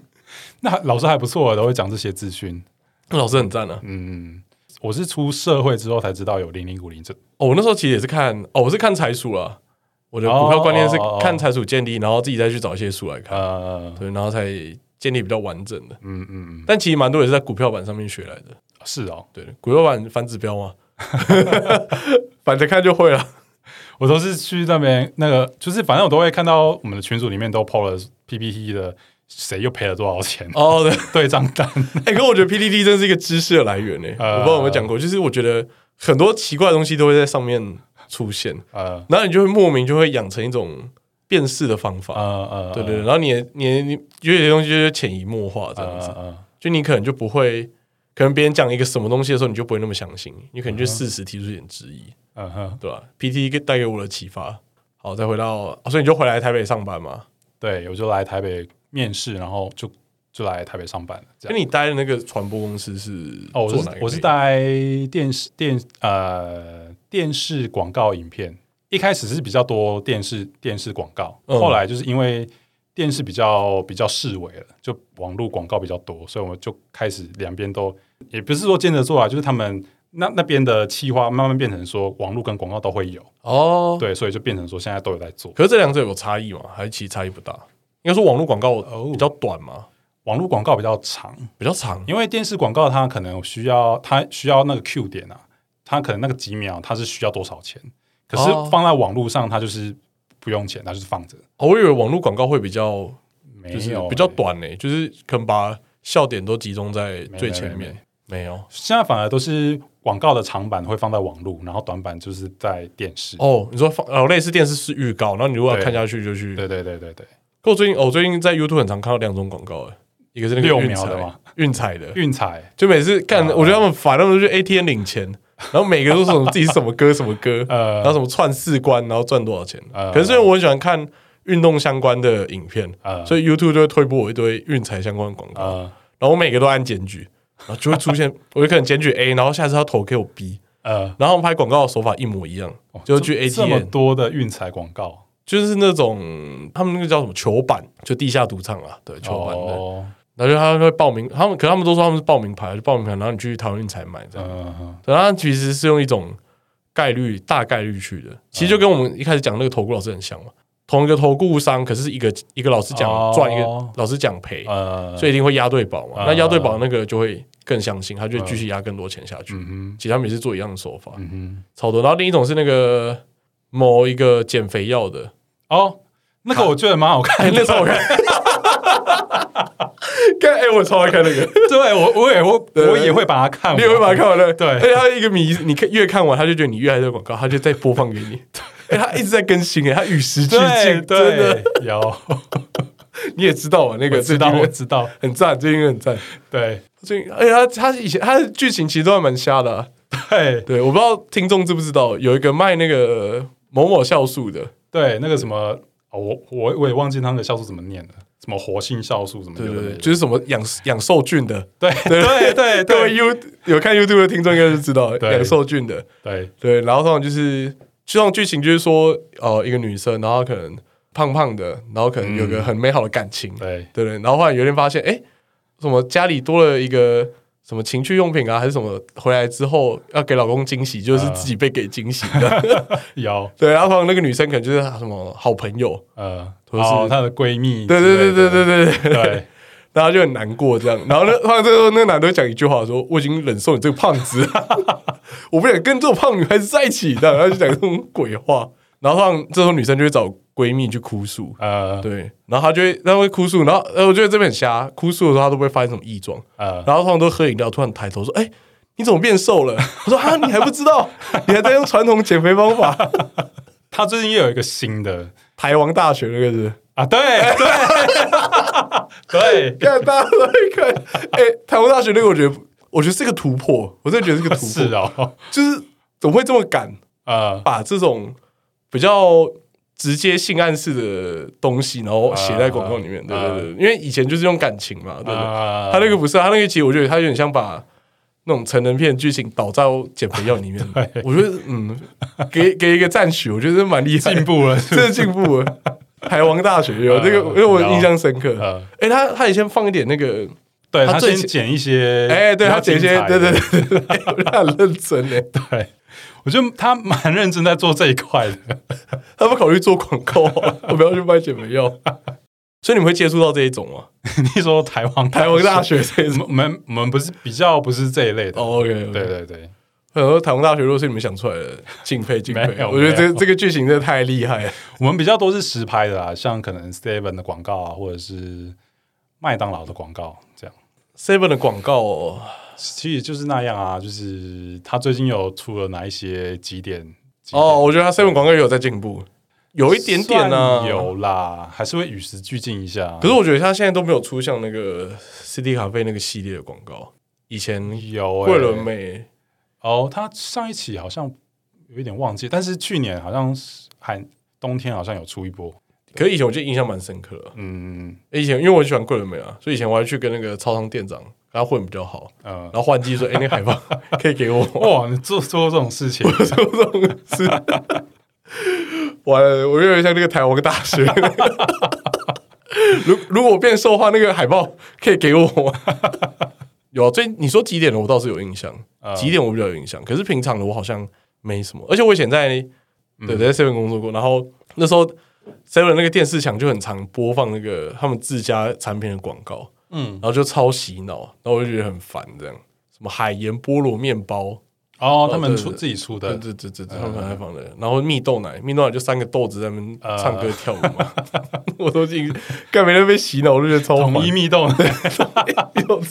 Speaker 2: 那老师还不错，都会讲这些资讯。
Speaker 1: 那老师很赞啊！
Speaker 2: 嗯，我是出社会之后才知道有零零五零这，
Speaker 1: 哦，我那时候其实也是看，哦，我是看财数啦。我的股票观念是
Speaker 2: 哦哦哦
Speaker 1: 看财数建立，然后自己再去找一些数来看，
Speaker 2: 呃，
Speaker 1: 对，然后才建立比较完整的。
Speaker 2: 嗯嗯，嗯
Speaker 1: 但其实蛮多也是在股票版上面学来的，
Speaker 2: 是哦，
Speaker 1: 对，股票版 反指标 嘛，反着看就会了。
Speaker 2: 我都是去那边那个，就是反正我都会看到我们的群组里面都 PO 了 PPT 的谁又赔了多少钱
Speaker 1: 哦，对，
Speaker 2: 对账单。
Speaker 1: 哎、可我觉得 PDD 真是一个知识的来源呢、
Speaker 2: 呃
Speaker 1: 我不知道有没有讲过，就是我觉得很多奇怪的东西都会在上面出现，
Speaker 2: 呃
Speaker 1: 然后你就会莫名就会养成一种辨识的方法。
Speaker 2: 呃呃，
Speaker 1: 对对对，然后你也你也你有些东西就是潜移默化这
Speaker 2: 呃，
Speaker 1: 样子，
Speaker 2: 呃呃
Speaker 1: 就你可能就不会，可能别人讲一个什么东西的时候，你就不会那么相信，你可能就适时提出一点质疑，
Speaker 2: 嗯哼，
Speaker 1: 对吧？PT 给带给我的启发。好，再回到、哦所以你就回来台北上班嘛？
Speaker 2: 对，我就来台北面试，然后就就来台北上班了。这
Speaker 1: 那
Speaker 2: 样
Speaker 1: 你待的那个传播公司是
Speaker 2: 啊哦，我
Speaker 1: 做
Speaker 2: 是
Speaker 1: 哪一个
Speaker 2: 我是
Speaker 1: 类的
Speaker 2: 待电视电呃电视广告影片，一开始是比较多电视电视广告，
Speaker 1: 嗯
Speaker 2: 后来就是因为电视比较比较式微了，就网络广告比较多，所以我们就开始两边都也不是说兼着做啊，就是他们那那边的企划慢慢变成说网络跟广告都会有，
Speaker 1: 哦，
Speaker 2: 对，所以就变成说现在都有在做。
Speaker 1: 可是这两者有差异吗？还是其实差异不大？应该说网络广告
Speaker 2: 哦
Speaker 1: 比较短嘛，
Speaker 2: 网络广告比较长，
Speaker 1: 比较长。
Speaker 2: 因为电视广告它可能需要它需要那个 Q 点啊，它可能那个几秒它是需要多少钱，可是
Speaker 1: 哦
Speaker 2: 放在网络上它就是不用钱，它就是放着，
Speaker 1: 哦我以为网络广告会比较
Speaker 2: 没
Speaker 1: 就是
Speaker 2: 有
Speaker 1: 比较
Speaker 2: 欸。
Speaker 1: 短呢、就是可能把笑点都集中在最前
Speaker 2: 没没
Speaker 1: 面。没有
Speaker 2: 现在反而都是广告的长版会放在网络，然后短版就是在电视。
Speaker 1: 哦，你说放哦类似电视是预告，然后你如果要
Speaker 2: 对
Speaker 1: 看下去就去。
Speaker 2: 对对对对对，
Speaker 1: 可我最近哦，我最近在 YouTube 很常看到两种广告、欸，一个是那个
Speaker 2: 六
Speaker 1: 运
Speaker 2: 秒的
Speaker 1: 彩
Speaker 2: 嘛，
Speaker 1: 运彩的，
Speaker 2: 运彩，
Speaker 1: 就每次看，
Speaker 2: 啊
Speaker 1: 我觉得他们烦，他们就去 ATM 领钱，然后每个都是什么自己是什么 歌什么歌，
Speaker 2: 呃
Speaker 1: 然后什么串四关，然后赚多少钱。
Speaker 2: 呃
Speaker 1: 可是因为我很喜欢看运动相关的影片，
Speaker 2: 呃
Speaker 1: 所以 YouTube 就会推播我一堆运财相关的广告，
Speaker 2: 呃
Speaker 1: 然后我每个都按检举，然后就会出 现，我就可能检举 A，然后下次他投给我 B，
Speaker 2: 呃，
Speaker 1: 然后他们拍广告的手法一模一样，
Speaker 2: 哦
Speaker 1: 呃就是去
Speaker 2: 这这么
Speaker 1: ATM，
Speaker 2: 多的运彩广告，
Speaker 1: 就是那种他们那个叫什么球板，就地下赌场啊，对，球板的。
Speaker 2: 哦，
Speaker 1: 然后就他们会报名，他们可他们都说他们是报名牌，就报名牌，然后你去台湾运才买这样。
Speaker 2: 嗯
Speaker 1: 对，它其实是用一种概率大概率去的，其实就跟我们一开始讲那个投顾老师很像嘛，同一个投顾商，可是一个一个老师讲
Speaker 2: 哦
Speaker 1: 赚，一个老师讲赔，
Speaker 2: 呃，
Speaker 1: 所以一定会押对宝嘛。
Speaker 2: 嗯
Speaker 1: 那押对宝那个就会更相信，他就会继续押更多钱下去。
Speaker 2: 嗯
Speaker 1: 其实他们也是做一样的手法
Speaker 2: 哼，，嗯哼，
Speaker 1: 超多。然后另一种是那个某一个减肥药 的，
Speaker 2: 哦，那个我觉得蛮好
Speaker 1: 哎，
Speaker 2: 看的
Speaker 1: 那，超好看。看，哎，我超爱看那个，
Speaker 2: 对我，我也我
Speaker 1: 对
Speaker 2: 我也会把它看完，
Speaker 1: 你也会把它看完了？
Speaker 2: 对
Speaker 1: 而且它一个迷，你看越看完，他就觉得你越爱这个广告，他就再播放给 你。哎，他一直在更新哎，他与 时俱
Speaker 2: 对
Speaker 1: 进，真的
Speaker 2: 对。， 有
Speaker 1: 你也知道啊，那个
Speaker 2: 我知
Speaker 1: 最
Speaker 2: 道
Speaker 1: 近
Speaker 2: 我知道，
Speaker 1: 很赞，最近很赞。
Speaker 2: 对
Speaker 1: 最近，而且他他以前他的剧情其实都还蛮瞎的啊、
Speaker 2: 对
Speaker 1: 对，我不知道听众知不知道，有一个卖那个某某酵素的，
Speaker 2: 对，那个什么，哦我我我也忘记他们的酵素怎么念了，什么活性酵素什么
Speaker 1: 对
Speaker 2: 有
Speaker 1: 对
Speaker 2: 的没
Speaker 1: 对，
Speaker 2: 的，
Speaker 1: 就是什么养养兽菌的。
Speaker 2: 对对对
Speaker 1: 各位
Speaker 2: 对
Speaker 1: You 有看 YouTube 的听众应该是知道
Speaker 2: 对
Speaker 1: 养兽菌的。
Speaker 2: 对，
Speaker 1: 对，然后通常就是这种剧情就是说，呃，一个女生，然后她可能胖胖的，然后可能有个很美好的感情，
Speaker 2: 嗯对
Speaker 1: 对不对？然后后来有一天发现，哎，什么家里多了一个什么情趣用品啊，还是什么，回来之后要给老公惊喜，就是
Speaker 2: 嗯
Speaker 1: 自己被给惊喜的。
Speaker 2: 有
Speaker 1: 对，然后通常那个女生可能就是什么好朋友，
Speaker 2: 呃，
Speaker 1: 或是
Speaker 2: 哦，她的闺蜜之
Speaker 1: 对对
Speaker 2: 类的，
Speaker 1: 对对对对对。
Speaker 2: 对对，
Speaker 1: 然后就很难过这样，然后 呢，突然这时候那个男的讲一句话说：“我已经忍受你这个胖子了， 我不想跟这种胖女孩子在一起。”这样，然后就讲这种鬼话。然后让这时候女生就会找闺蜜去哭诉，
Speaker 2: 呃
Speaker 1: 对，然后她就会她会哭诉，然后呃，我觉得这边很瞎，哭诉的时候她都不会发现什么异状，
Speaker 2: 呃
Speaker 1: 然后通常都喝饮料，突然抬头说：“哎、你怎么变瘦了？”我说：“啊，你还不知道， 你还在用传统减肥方法，
Speaker 2: 她最近又有一个新的
Speaker 1: 台湾大学那个是。”
Speaker 2: 啊，对 对对，
Speaker 1: 看大家都在看。 哎、台湾大学那个，我觉得，我觉得是个突破，我真的觉得 是个突破，
Speaker 2: 是哦，
Speaker 1: 就是怎么会这么敢
Speaker 2: 呃
Speaker 1: 把这种比较直接性暗示的东西，然后写在广告里面？对
Speaker 2: 啊
Speaker 1: 对对，因为以前就是用感情嘛，对不对？
Speaker 2: 呃，
Speaker 1: 他那个不是啊，他那个其实我觉得他有点像把。那种成人片剧情倒到减肥药里面，我觉得嗯，给给一个赞许，我觉得蛮厉害，
Speaker 2: 呃进步了，是不
Speaker 1: 这是
Speaker 2: 是
Speaker 1: 进步了。台湾大学有这个，因为我印象深刻。
Speaker 2: 呃，
Speaker 1: 哎、他他以前放一点那个
Speaker 2: 对
Speaker 1: 他
Speaker 2: 他
Speaker 1: 最
Speaker 2: 先剪一些，
Speaker 1: 哎、对
Speaker 2: 比较
Speaker 1: 他剪一
Speaker 2: 精
Speaker 1: 些，
Speaker 2: 彩
Speaker 1: 对
Speaker 2: 的
Speaker 1: 对对对对，我觉得他很认真欸呢。
Speaker 2: 对，我觉得他蛮认真在做这一块的。
Speaker 1: 他不考虑做广告啊，我不要去卖减肥 药。所以你们会接触到这一种吗？
Speaker 2: 你说台湾
Speaker 1: 台湾大学这一
Speaker 2: 我
Speaker 1: 种
Speaker 2: 们？我们我们不是比较不是这一类的，
Speaker 1: 哦，OK，,
Speaker 2: 对对对，
Speaker 1: 很多台湾大学如果是你们想出来的，敬佩敬
Speaker 2: 没
Speaker 1: 佩。
Speaker 2: 有
Speaker 1: 我觉得
Speaker 2: 没
Speaker 1: 这
Speaker 2: 有
Speaker 1: 这个剧情真的太厉害了。
Speaker 2: 我们比较多是实拍的啦，像可能 Steven 的广告啊，或者是麦当劳的广告这样。
Speaker 1: Seven 的广告、哦，
Speaker 2: 其实就是那样啊，就是他最近有出了哪一些几点？几点
Speaker 1: 哦，我觉得它 Seven 广告也有在进步，有一点点呢、
Speaker 2: 算有啦，还是会与时俱进一下。
Speaker 1: 可是我觉得它现在都没有出像那个 CD 咖啡那个系列的广告，以前
Speaker 2: 有
Speaker 1: 桂纶
Speaker 2: 欸
Speaker 1: 镁
Speaker 2: 哦，他上一期好像有一点忘记，但是去年好像是寒冬天好像有出一波，
Speaker 1: 可是以前我记得印象蛮深刻的。
Speaker 2: 嗯
Speaker 1: 以前因为我很喜欢桂纶镁啊，所以以前我还去跟那个超商店长跟他混比较好，
Speaker 2: 呃
Speaker 1: 然，后换季说：“哎、那个海报 可以给我。”
Speaker 2: 哇，你做做过这种事情，
Speaker 1: 完了，我越来越像那个台湾大学。 如如果我变瘦的话，那个海报可以给我 吗？有啊，最你说几点的我倒是有印象，
Speaker 2: 呃
Speaker 1: 几点我比较有印象，可是平常的我好像没什么。而且我以前在对在 Seven 工作过，然后那时候 Seven 那个电视墙就很常播放那个他们自家产品的广告，
Speaker 2: 嗯
Speaker 1: 然，后就超洗脑，然后我就觉得很烦，这样什么海盐菠萝面包，
Speaker 2: 哦，他们
Speaker 1: 对
Speaker 2: 出
Speaker 1: 对
Speaker 2: 自己出的，
Speaker 1: 对对对
Speaker 2: 嗯
Speaker 1: 对，他们很爱放的。然后蜜豆奶，蜜豆奶就三个豆子在那边
Speaker 2: 啊
Speaker 1: 唱歌跳舞 嘛，我都进去，干没人被洗脑，我就觉得超
Speaker 2: 统 一
Speaker 1: 烦
Speaker 2: 蜜豆，
Speaker 1: 我知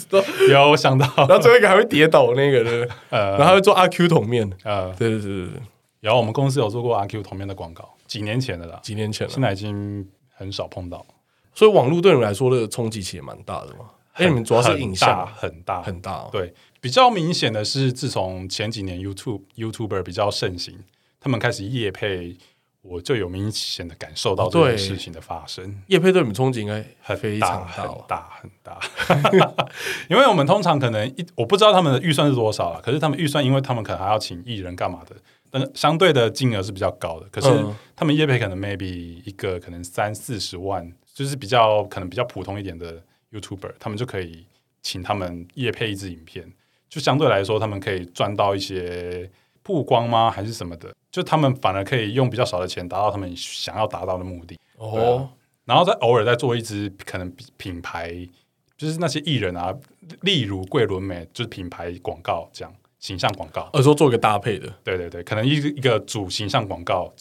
Speaker 1: 道。
Speaker 2: 有我想到，
Speaker 1: 然后最后一个还会跌倒那个的，
Speaker 2: 呃
Speaker 1: 然后还会做阿 Q 桶面。
Speaker 2: 呃，
Speaker 1: 对对对对对，
Speaker 2: 然后我们公司有做过阿 Q 同面的广告，几年前的啦，
Speaker 1: 几年前了
Speaker 2: 现。在已经很少碰到，
Speaker 1: 所以网络对你们来说的冲击其实也蛮大的嘛。哎，你们主要是影
Speaker 2: 很大
Speaker 1: 像
Speaker 2: 很大
Speaker 1: 很大哦，
Speaker 2: 对，比较明显的是，自从前几年 YouTube YouTuber 比较盛行，他们开始夜配，我就有明显的感受到这
Speaker 1: 对
Speaker 2: 件事情的发生，
Speaker 1: 叶配对你们冲击应该
Speaker 2: 很
Speaker 1: 非
Speaker 2: 大
Speaker 1: 常
Speaker 2: 很
Speaker 1: 大哦。
Speaker 2: 大很大。 因为我们通常可能一，我不知道他们的预算是多少了，可是他们预算，因为他们可能还要请艺人干嘛的，但相对的金额是比较高的。可是
Speaker 1: 嗯
Speaker 2: 他们夜配可能 maybe 一个可能三四十万，就是比较可能比较普通一点的 YouTuber，他们就可以请他们夜配一支影片，就相对来说他们可以赚到一些曝光吗，还是什么的？就他们反而可以用比较少的钱达到他们想要达到的目的。对
Speaker 1: 哦
Speaker 2: 啊，然后再偶尔再做一支可能品牌，就是那些艺人啊，例如桂纶镁，就是品牌广告这样形象广告，
Speaker 1: 耳说做一个搭配的。
Speaker 2: 对对对，可能一一个主形象广告、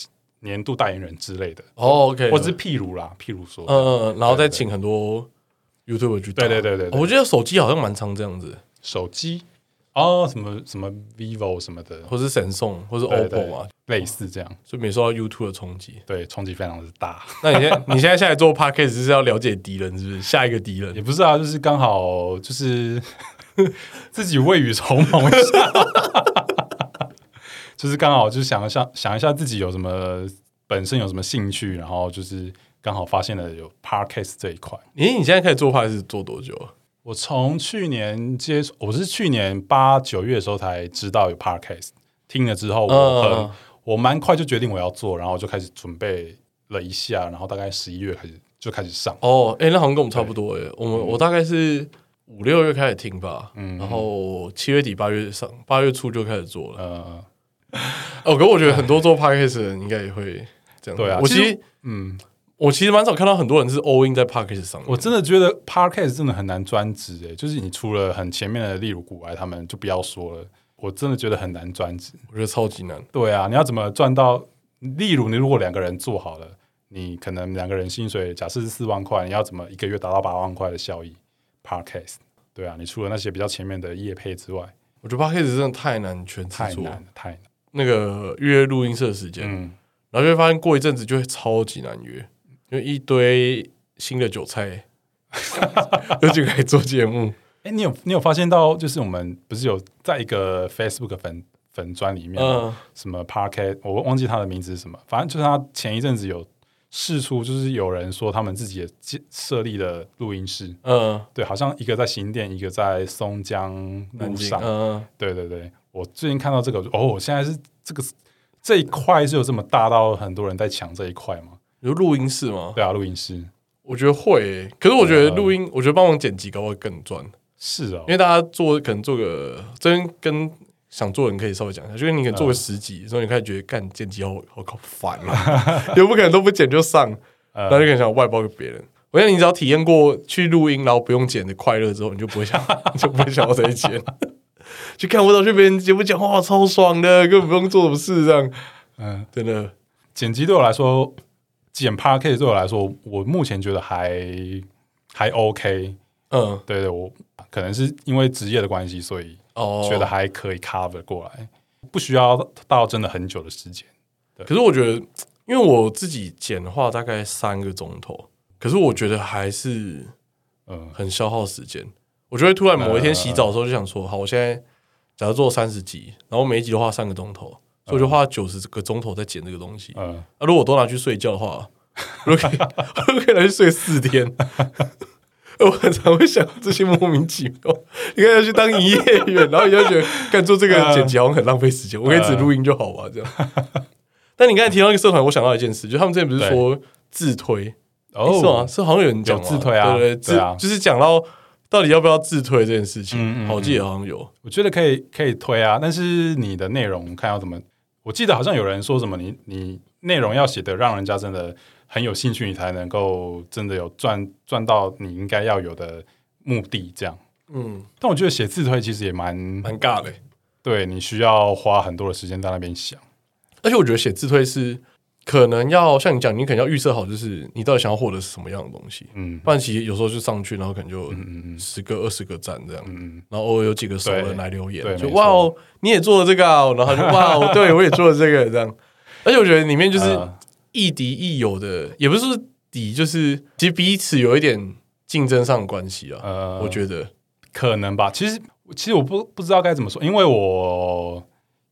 Speaker 2: 年度代言人之类的，
Speaker 1: 哦，OK，
Speaker 2: 或者是譬如啦，譬如说，
Speaker 1: 嗯，嗯然后再请很多 YouTube 去搭。
Speaker 2: 对对对对对
Speaker 1: 我觉得手机好像蛮常这样子。
Speaker 2: 手机哦，什么什么 vivo 什么的，
Speaker 1: 或是神送，或是
Speaker 2: 对
Speaker 1: OPPO 啊
Speaker 2: 对
Speaker 1: 嘛，
Speaker 2: 类似这样，
Speaker 1: 所以没受到 YouTube 的冲击。
Speaker 2: 对，冲击非常的大。
Speaker 1: 那你现在你现在下来做 Podcast 是要了解敌人，是不是？下一个敌人
Speaker 2: 也不是啊，就是刚好就是 自己未雨绸缪一下， 就是刚好就是想一下想一下自己有什么本身有什么兴趣，然后就是刚好发现了有 podcast 这一块。
Speaker 1: 咦，你现在开始做 Podcast 做多久啊？
Speaker 2: 我从去年接触，我是去年八九月的时候才知道有 podcast，听了之后我很、
Speaker 1: 嗯
Speaker 2: 我蛮快就决定我要做，然后就开始准备了一下，然后大概十一月开始就开始上。
Speaker 1: 哦，哎，那好像跟我们差不多哎。我们我大概是五六月开始听吧，然后七月底八月上八月初就开始做了。
Speaker 2: 呃，
Speaker 1: 哦，可我觉得很多做 Podcast 的人应该也会这样。
Speaker 2: 对啊
Speaker 1: 我其
Speaker 2: 其
Speaker 1: 实
Speaker 2: 嗯，
Speaker 1: 我其实蛮少看到很多人是 all in 在 Podcast 上面。
Speaker 2: 我真的觉得 podcast 真的很难专职诶，就是你除了很前面的，例如古埃他们就不要说了，我真的觉得很难专职。
Speaker 1: 我觉得超级难。
Speaker 2: 对啊，你要怎么赚到？例如你如果两个人做好了，你可能两个人薪水假设是四万块，你要怎么一个月达到八万块的效益？podcast 对啊，你除了那些比较前面的业配之外，
Speaker 1: 我觉得 Podcast 真的太难全职
Speaker 2: 太
Speaker 1: 做
Speaker 2: 难，了，太难。
Speaker 1: 那个约录音社时间。
Speaker 2: 嗯，
Speaker 1: 然后就会发现过一阵子就会超级难约，因为一堆新的韭 菜又进来做节目。
Speaker 2: 哎、你有你有发现到，就是我们不是有在一个 Facebook 粉粉砖里面吗，
Speaker 1: 嗯，
Speaker 2: 什么 Parket，我忘记他的名字是什么，反正就是他前一阵子有试出，就是有人说他们自己也建设立了录音室，
Speaker 1: 嗯，
Speaker 2: 对，好像一个在新店，一个在松江
Speaker 1: 南
Speaker 2: 路
Speaker 1: 京，
Speaker 2: 上，
Speaker 1: 嗯，
Speaker 2: 对对对，我最近看到这个，我就哦，现在是这个这一块是有这么大到很多人在抢这一块吗？
Speaker 1: 有录音室吗？
Speaker 2: 对啊，录音室
Speaker 1: 我觉得会欸、可是我
Speaker 2: 啊
Speaker 1: 觉得录音，我觉得帮忙剪辑搞不好更赚，
Speaker 2: 是哦
Speaker 1: 因，为大家做可能做个，这边跟想做的人可以稍微讲一下，就是你可能做个十集，之后你开始觉得干剪辑好好搞烦 了，又不可能都不剪就上，
Speaker 2: 呃
Speaker 1: 然后就可能想外包给别人。我想你只要体验过去录音然后不用剪的快乐之后，你就不会想， 你就不会想要再剪。 去看舞蹈去别人节目讲话超爽的，根本不用做什么事，这样
Speaker 2: 嗯，
Speaker 1: 真的
Speaker 2: 剪辑对我来说，剪 Parket 对我来说，我目前觉得还还 OK，
Speaker 1: 嗯，
Speaker 2: 对对，我可能是因为职业的关系，所以
Speaker 1: 哦，
Speaker 2: 觉得还可以 cover 过来，不需要到真的很久的时间。
Speaker 1: 可是我觉得，因为我自己剪的话大概三个钟头，可是我觉得还是
Speaker 2: 嗯，
Speaker 1: 很消耗时间。我就会突然某一天洗澡的时候就想说，好，我现在假如做三十集，然后每一集都花三个钟头，所以我就花九十个钟头在剪这个东西。啊，
Speaker 2: 嗯，
Speaker 1: 如果我都拿去睡觉的话， 我就可以，我就可以拿去睡四天。 我很常会想到这些莫名其妙。你看要去当营业员，然后你就觉得干做这个剪辑好像很浪费时间，我可以只录音就好啊吧，这样。但你刚才提到一个社团，我想到一件事，就他们之前不是说自推，欸是吗？是好像有人讲
Speaker 2: 哦有
Speaker 1: 嘛
Speaker 2: 自推啊
Speaker 1: 对对，自
Speaker 2: 对啊
Speaker 1: 就是讲到到底要不要自推这件事情，
Speaker 2: 嗯嗯嗯
Speaker 1: 好我记得好像有，
Speaker 2: 我觉得可以可以推啊，但是你的内容看要怎么。我记得好像有人说什么你，你内容要写的让人家真的很有兴趣，你才能够真的有赚赚到你应该要有的目的。这样，
Speaker 1: 嗯，
Speaker 2: 但我觉得写自推其实也蛮
Speaker 1: 蛮尬的欸、
Speaker 2: 对你需要花很多的时间在那边想。
Speaker 1: 而且我觉得写自推是可能要像你讲，你可能要预设好，就是你到底想要获得是什么样的东西，
Speaker 2: 嗯
Speaker 1: 不然其实有时候就上去，然后可能就
Speaker 2: 嗯嗯嗯
Speaker 1: 十个二十个赞这样。
Speaker 2: 嗯
Speaker 1: 然后偶尔有几个熟人
Speaker 2: 对
Speaker 1: 来留
Speaker 2: 对
Speaker 1: 言，就
Speaker 2: 没错
Speaker 1: 哇哦，你也做了这个啊，然后就哇 哦，对我也做了这个这样。而且我觉得里面
Speaker 2: 嗯，
Speaker 1: 就是
Speaker 2: 呃
Speaker 1: 亦敌亦友的，也不是说敌，就是其实彼此有一点竞争上的关系啊。
Speaker 2: 呃
Speaker 1: 我觉得，
Speaker 2: 可能吧。其实，其实我不不知道该怎么说，因为我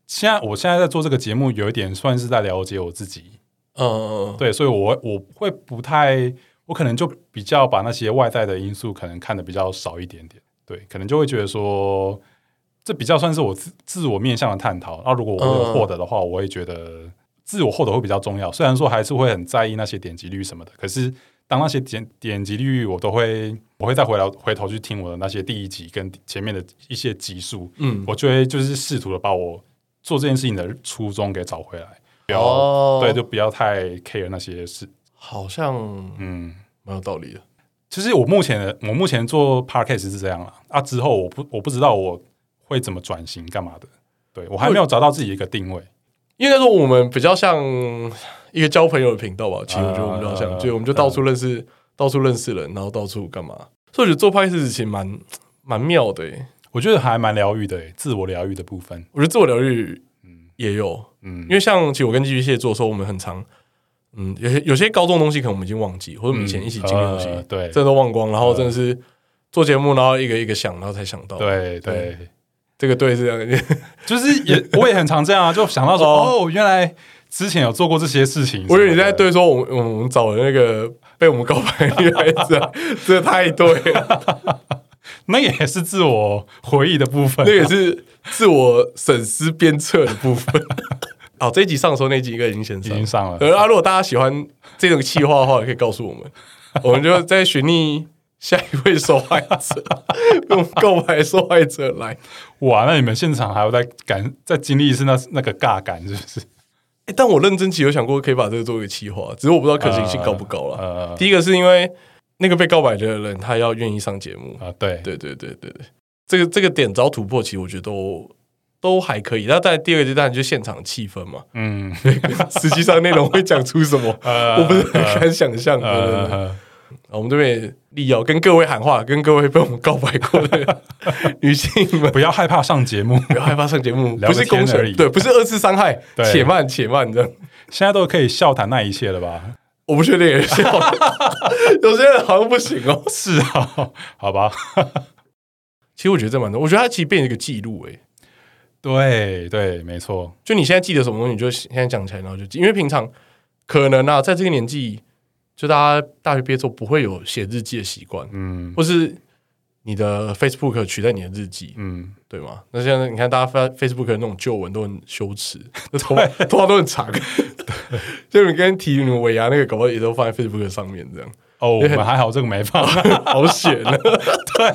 Speaker 2: 现在我现在在做这个节目，有一点算是在了解我自己。
Speaker 1: 嗯，
Speaker 2: 对，所以我我会不太，我可能就比较把那些外在的因素可能看得比较少一点点。对，可能就会觉得说，这比较算是我自自我面向的探讨。那如果我有获得的话，我会觉得自我获得会比较重要。虽然说还是会很在意那些点击率什么的，可是当那些点点击率，我都会我会再回来回头去听我的那些第一集跟前面的一些集数，
Speaker 1: 嗯
Speaker 2: 我就会就是试图的把我做这件事情的初衷给找回来。不要
Speaker 1: 哦
Speaker 2: 对，就不要太 care 那些事。
Speaker 1: 好像
Speaker 2: 嗯，
Speaker 1: 蛮有道理的。
Speaker 2: 其实我目前的我目前做 podcast 是这样了啊，之后我不我不知道我会怎么转型干嘛的，对我还没有找到自己一个定位。
Speaker 1: 应该说我们比较像一个交朋友的频道吧，其实我觉得我们比较像，
Speaker 2: 嗯
Speaker 1: 就我们就到处认识，到处认识人，然后到处干嘛。所以我觉得做拍事情蛮蛮妙的欸、
Speaker 2: 我觉得还蛮疗愈的、欸，自我疗愈的部分。
Speaker 1: 我觉得自我疗愈
Speaker 2: 嗯
Speaker 1: 也有，
Speaker 2: 嗯
Speaker 1: 因，为像其实我跟寄居蟹做的时候，我们很常，嗯，有些有些高中的东西可能我们已经忘记，或者我们以前一起经历的东西，
Speaker 2: 呃对
Speaker 1: 真的都忘光，然后真的是做节目，然后一个一个想，然后才想到，，对
Speaker 2: 对对，
Speaker 1: 这个对是这样 的，
Speaker 2: 就是也我也很常这样啊，就想到说
Speaker 1: 哦
Speaker 2: 哦原来之前有做过这些事情什么的。
Speaker 1: 我以为你在对啊说我们我们找的那个被我们告白的女 孩子啊，这太对了，
Speaker 2: 那也是自我回忆的部分
Speaker 1: 那。也是自我审思鞭策的部 分。好，哦这一集上的时候，那一集应该已经先
Speaker 2: 已
Speaker 1: 上了
Speaker 2: 经上了，
Speaker 1: 呃，啊，如果大家喜欢这种企划的话，也可以告诉我 们，我们就再寻觅下一位受害者， 用告白受害者来。
Speaker 2: 哇！那你们现场还要再感再经历一次那那个尬感，是不是？
Speaker 1: 诶但我认真其实有想过可以把这个做一个企划，只是我不知道可行性高不高啦。
Speaker 2: 呃
Speaker 1: 第一个是因为那个被告白的人他要愿意上节目，
Speaker 2: 啊，对，
Speaker 1: 对对对对对，这个这个点只要突破，其实我觉得都都还可以。那在第二个阶段就是现场气氛 嘛，
Speaker 2: 嗯，
Speaker 1: 实际上内容会讲出 什么，
Speaker 2: 呃
Speaker 1: 我不是很敢想象。对对对
Speaker 2: 呃，
Speaker 1: 啊我们这边也力邀跟各位喊话，跟各位被我们告白过 的女性们，
Speaker 2: 不要害怕上节目，
Speaker 1: 不要害怕上节目，
Speaker 2: 聊
Speaker 1: 不
Speaker 2: 个
Speaker 1: 是
Speaker 2: 天
Speaker 1: 公
Speaker 2: 而
Speaker 1: 审，
Speaker 2: 已
Speaker 1: 对，不是二次伤害，
Speaker 2: 对
Speaker 1: 且慢且慢这样。
Speaker 2: 现在都可以笑谈那一切了吧？
Speaker 1: 我不确定也 笑，有些人好像不行哦。
Speaker 2: 是啊，好吧，
Speaker 1: 其实我觉得这蛮多，我觉得它其实变成一个记录，欸诶，
Speaker 2: 对对，没错，
Speaker 1: 就你现在记得什么东西，你就现在讲起来，然后就记，因为平常可能啊，在这个年纪，就大家大学毕业之后不会有写日记的习惯，
Speaker 2: 嗯
Speaker 1: 或是你的 Facebook 取代你的日记，
Speaker 2: 嗯，
Speaker 1: 对吗？那现在你看，大家发 Facebook 的那种旧文都很羞耻， 那头发头发都很长。 就你刚才提你们尾牙那个，搞不好也都放在 Facebook 上面，这样
Speaker 2: 哦，我们还好，这个 没放，
Speaker 1: 好险 啊！ 对、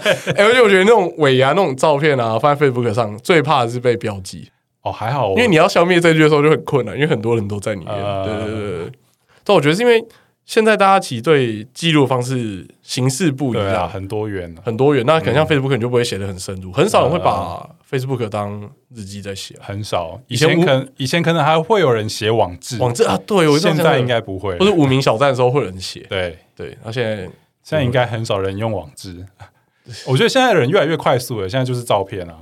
Speaker 1: 而且我觉得那种尾牙那种照片啊，放在 Facebook 上，最怕的是被标记，
Speaker 2: 哦，还好，
Speaker 1: 因为你要消灭这句的时候就很困难，因为很多人都在里面。
Speaker 2: 呃
Speaker 1: 对对对对。但我觉得是因为现在大家其实对记录的方式形式不一
Speaker 2: 对啊，
Speaker 1: 样，
Speaker 2: 很多元啊，
Speaker 1: 很多元。那可能像 Facebook 你就不会写的很深入，很少人会
Speaker 2: 嗯
Speaker 1: 把 Facebook 当日记在写啊、
Speaker 2: 很少，以
Speaker 1: 以前
Speaker 2: 前
Speaker 1: 我
Speaker 2: 可能以前可能还会有人写网志，
Speaker 1: 网志啊，对，我
Speaker 2: 现在应该不会
Speaker 1: 不，是无名小站的时候会有人写，
Speaker 2: 对，
Speaker 1: 对，那现在
Speaker 2: 现在应该很少人用网 志。我觉得现在人越来越快速了，现在就是照片啊，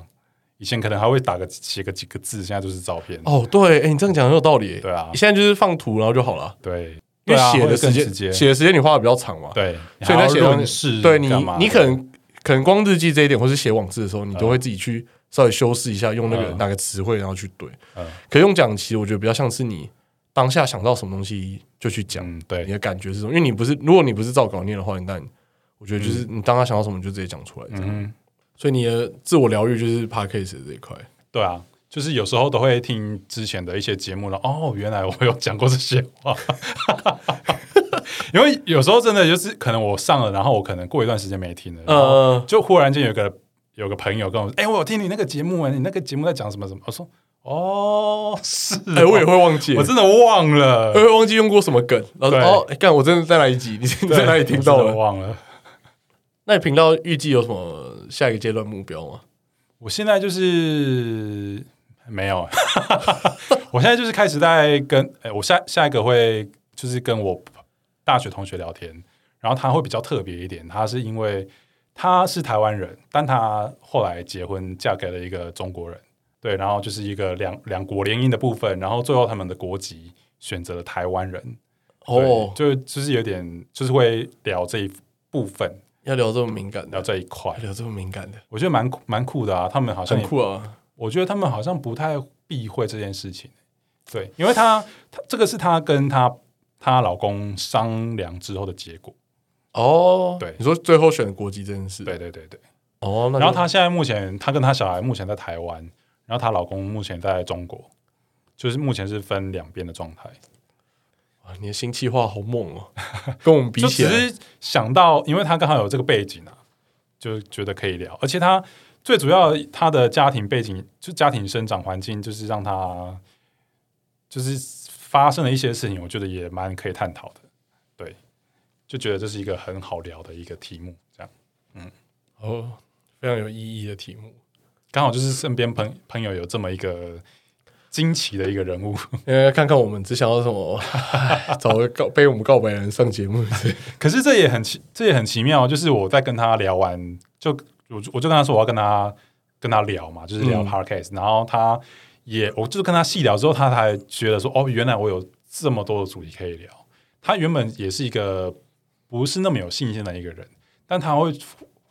Speaker 2: 以前可能还会打个写个几个字，现在就是照片。
Speaker 1: 哦，对，哎、你这样讲很有道理、
Speaker 2: 对啊
Speaker 1: 你，现在就是放图然后就好了，
Speaker 2: 对，
Speaker 1: 因
Speaker 2: 对
Speaker 1: 为
Speaker 2: 啊
Speaker 1: 写
Speaker 2: 会
Speaker 1: 的时
Speaker 2: 更直
Speaker 1: 间，
Speaker 2: 接，
Speaker 1: 写的时间你花的比较长嘛。
Speaker 2: 对，
Speaker 1: 所以
Speaker 2: 你还
Speaker 1: 在
Speaker 2: 要
Speaker 1: 写东西
Speaker 2: 论事
Speaker 1: 对你
Speaker 2: 干嘛，的
Speaker 1: 你可能可能光日记这一点，或是写网志的时候，你都会自己去稍微修饰一下，用那个
Speaker 2: 嗯
Speaker 1: 哪个词汇，然后去对。
Speaker 2: 嗯
Speaker 1: 可用讲，其实我觉得比较像是你当下想到什么东西就去讲，
Speaker 2: 嗯，对
Speaker 1: 你，的感觉是什么？因为你不是，如果你不是照稿念的话，那你我觉得就是你当下想到什么你就直接讲出来，这样。
Speaker 2: 嗯嗯哼，
Speaker 1: 所以你的自我疗愈就是 p a c a s e 这一块。
Speaker 2: 对啊，就是有时候都会听之前的一些节目了。哦，原来我有讲过这些话， 因为有时候真的就是可能我上了，然后我可能过一段时间没听了，然后
Speaker 1: 呃，
Speaker 2: 就忽然间有个有个朋友跟我说：“哎、我有听你那个节目啊，你那个节目在讲什么什么？”我说：“哦，是哦、
Speaker 1: 哎、我也会忘记，
Speaker 2: 我真的忘了
Speaker 1: 我，也会忘记用过什么梗。然后
Speaker 2: 对
Speaker 1: 哦，哎干、我真的在哪一集？你你
Speaker 2: 对
Speaker 1: 在哪里听到
Speaker 2: 我真的
Speaker 1: 了？
Speaker 2: 忘了。
Speaker 1: 那你频道预计有什么下一个阶段目标吗？
Speaker 2: 我现在就是没有， 我现在就是开始在跟哎、我下下一个会就是跟我大学同学聊天，然后他会比较特别一点，他是因为他是台湾人，但他后来结婚嫁给了一个中国人，对，然后就是一个两两国联姻的部分，然后最后他们的国籍选择了台湾人，
Speaker 1: 哦，
Speaker 2: 对就就是有点就是会聊这一部分，
Speaker 1: 要聊这么敏感
Speaker 2: 聊
Speaker 1: 的，
Speaker 2: 这一块
Speaker 1: 要，聊这么敏感的，
Speaker 2: 我觉得蛮酷蛮酷的啊，他们好像
Speaker 1: 很
Speaker 2: 也
Speaker 1: 酷啊！
Speaker 2: 我觉得他们好像不太避讳这件事情。对，因为她她这个是她跟她她老公商量之后的结果。
Speaker 1: 哦，
Speaker 2: 对
Speaker 1: 你说最后选国籍这件事，
Speaker 2: 对对对对。
Speaker 1: 哦，那就
Speaker 2: 然后她现在目前，她跟她小孩目前在台湾，然后她老公目前在中国，就是目前是分两边的状态。
Speaker 1: 哇你的新气话好猛哦， 跟我们比
Speaker 2: 就
Speaker 1: 起
Speaker 2: 只
Speaker 1: 来，
Speaker 2: 是想到，因为她刚好有这个背景啊，就觉得可以聊。而且她最主要她的家庭背景，就家庭生长环境，就是让她就是发生了一些事情，我觉得也蛮可以探讨的。对，就觉得这是一个很好聊的一个题目，这样
Speaker 1: 哦，非常有意义的题目。
Speaker 2: 刚好就是身边朋朋友有这么一个惊奇的一个人物，
Speaker 1: 呃，看看我们只想要什么， 唉找个告 被我们告白的人上节目，是
Speaker 2: 可是这也很奇，这也很奇妙。就是我在跟他聊完，就我就我就跟他说我要跟他跟他聊嘛，就是聊
Speaker 1: 嗯
Speaker 2: podcast、然后他也，我就是跟他细聊之后，他才觉得说，哦，原来我有这么多的主题可以聊。他原本也是一个不是那么有信心的一个人，但他会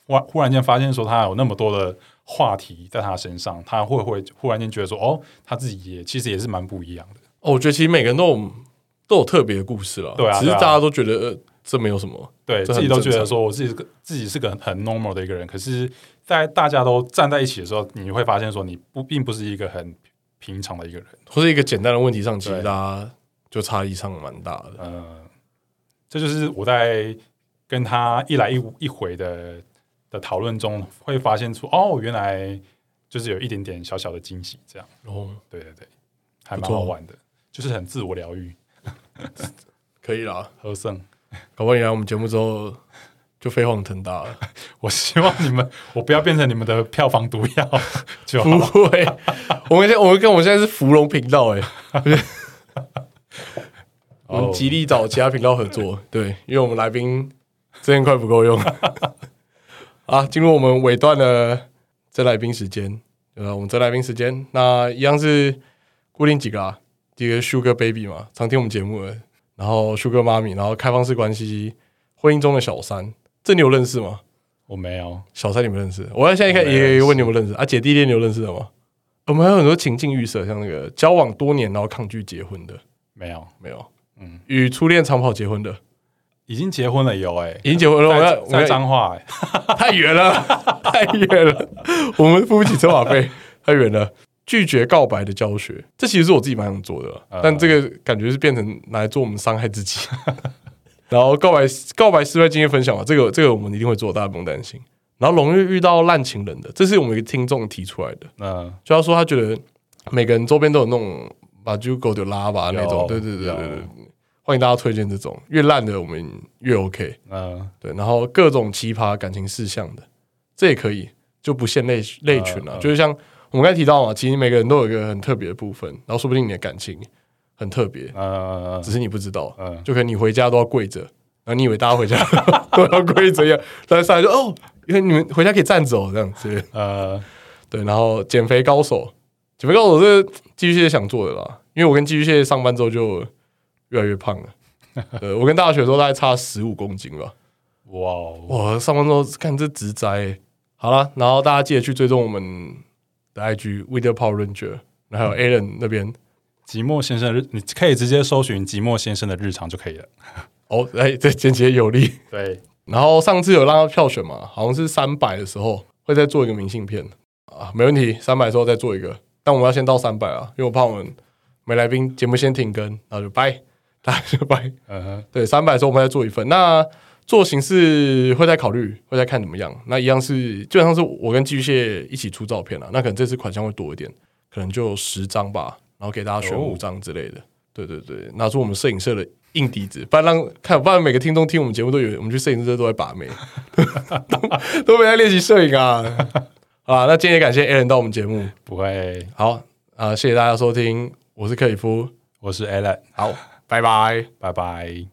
Speaker 2: 忽忽然间发现说，他有那么多的话题在他身上，他会会忽然间觉得说，哦，他自己也其实也是蛮不一样的。
Speaker 1: 哦，我觉得其实每个人都有都有特别的故事了，
Speaker 2: 对啊
Speaker 1: 只是
Speaker 2: 对啊
Speaker 1: 大家都觉得、呃、这没有什么，
Speaker 2: 对
Speaker 1: 这
Speaker 2: 自
Speaker 1: 很
Speaker 2: 己都
Speaker 1: 正
Speaker 2: 觉得
Speaker 1: 常
Speaker 2: 说我自己是个自己是个很很 normal 的一个人，可是，在大家都站在一起的时候，你会发现说你不并不是一个很平常的一个人。
Speaker 1: 或是一个简单的问题上，其实
Speaker 2: 对
Speaker 1: 大家就差异上蛮大的。
Speaker 2: 呃，这就是我在跟他一来一一回的的讨论中，会发现出哦，原来就是有一点点小小的惊喜，这样。
Speaker 1: 然后
Speaker 2: 对对对，还
Speaker 1: 不
Speaker 2: 蛮
Speaker 1: 错哦
Speaker 2: 好玩的，就是很自我疗愈。
Speaker 1: 可以啦，
Speaker 2: 和盛，
Speaker 1: 搞不好你来我们节目之后就飞黄腾达了。
Speaker 2: 我希望你们，我不要变成你们的票房毒药 就好
Speaker 1: 不。会，我们现在我们跟我们现在是芙蓉频道 哎、我们
Speaker 2: 哦
Speaker 1: 极力找其他频道合作，对，因为我们来宾资源快不够用。 啊，进入我们尾段的真来宾时间，呃，我们真来宾时间，那一样是固定几个啊，几个 Sugar Baby 嘛，常听我们节目的，然后 Sugar 妈咪，然后开放式关系，婚姻中的小三，这你有认识吗？
Speaker 2: 我没有。
Speaker 1: 小三你们认识？我要现在看
Speaker 2: 我
Speaker 1: 一
Speaker 2: 没
Speaker 1: 个
Speaker 2: 认识
Speaker 1: 一个问你们认识啊，姐弟恋你有认识的吗？我们还有很多情境预设，像那个交往多年然后抗拒结婚的，
Speaker 2: 没有，
Speaker 1: 没有，
Speaker 2: 嗯，
Speaker 1: 与初恋长跑结婚的，
Speaker 2: 已经结婚了有哎、
Speaker 1: 已经结婚了，我们要
Speaker 2: 在
Speaker 1: 我
Speaker 2: 在
Speaker 1: 们要
Speaker 2: 彰化、欸，
Speaker 1: 太远了，太远了，我们付不起车马 费，太远了。拒绝告白的教学，这其实是我自己蛮想做的啦，
Speaker 2: 呃
Speaker 1: 但这个感觉是变成拿来做我们伤害自己。 然后告白告白失败经验分享嘛，这个这个我们一定会做，大家不用担心。然后容易遇到烂情人的，这是我们一个听众提出来的。
Speaker 2: 嗯，
Speaker 1: 就他说他觉得每个人周边都有那种把猪狗就拉吧那种，
Speaker 2: 有
Speaker 1: 对对对对对
Speaker 2: 有
Speaker 1: 对，欢迎大家推荐这种越烂的我们越 OK，
Speaker 2: 嗯，
Speaker 1: 对，然后各种奇葩感情事项的这也可以，就不限类类群了、
Speaker 2: 嗯嗯
Speaker 1: 就是像我们刚才提到嘛，其实每个人都有一个很特别的部分，然后说不定你的感情很特别，
Speaker 2: 呃，
Speaker 1: 只是你不知道，
Speaker 2: 嗯，
Speaker 1: 就可能你回家都要跪着，然后你以为大家回家都要跪着一样，但是上来就哦，因为你们回家可以站着哦这样子。
Speaker 2: 呃，
Speaker 1: 对，然后减肥高手，减肥高手是寄居蟹想做的啦，因为我跟寄居蟹上班之后就越来越胖了。对我跟大学的时候大概差十五公斤吧，
Speaker 2: 哇哦，
Speaker 1: 哇，上班之后看这直栽欸。好了，然后大家记得去追踪我们的 IG w i t e r Power Ranger，然后还有 Alan 那边。
Speaker 2: 寂寞先生的日，你可以直接搜寻寂寞先生的日常就可以了。
Speaker 1: 哦，哎，这简洁有力。
Speaker 2: 对，
Speaker 1: 然后上次有让他票选嘛，好像是三百的时候会再做一个明信片啊，没问题，三百的时候再做一个，但我们要先到三百啊，因为我怕我们没来宾节目先停更，然后就拜，大家就拜。
Speaker 2: 嗯哼，
Speaker 1: 对，三百的时候我们再做一份，那做形式会再考虑，会再看怎么样。那一样是基本上是我跟寄居蟹一起出照片啊了，那可能这次款项会多一点，可能就十张吧，然后给大家选
Speaker 2: 哦
Speaker 1: 五张之类的。对对对，拿出我们摄影社的硬底子，不然让看，不然每个听众听我们节目都以为我们去摄影社都在把妹， 都都没在练习摄影啊。啊，那今天也感谢 a l a n 到我们节目，
Speaker 2: 不会，
Speaker 1: 好啊、谢谢大家收听，我是克里夫，
Speaker 2: 我是 Alan，
Speaker 1: 好，拜拜。
Speaker 2: 拜拜。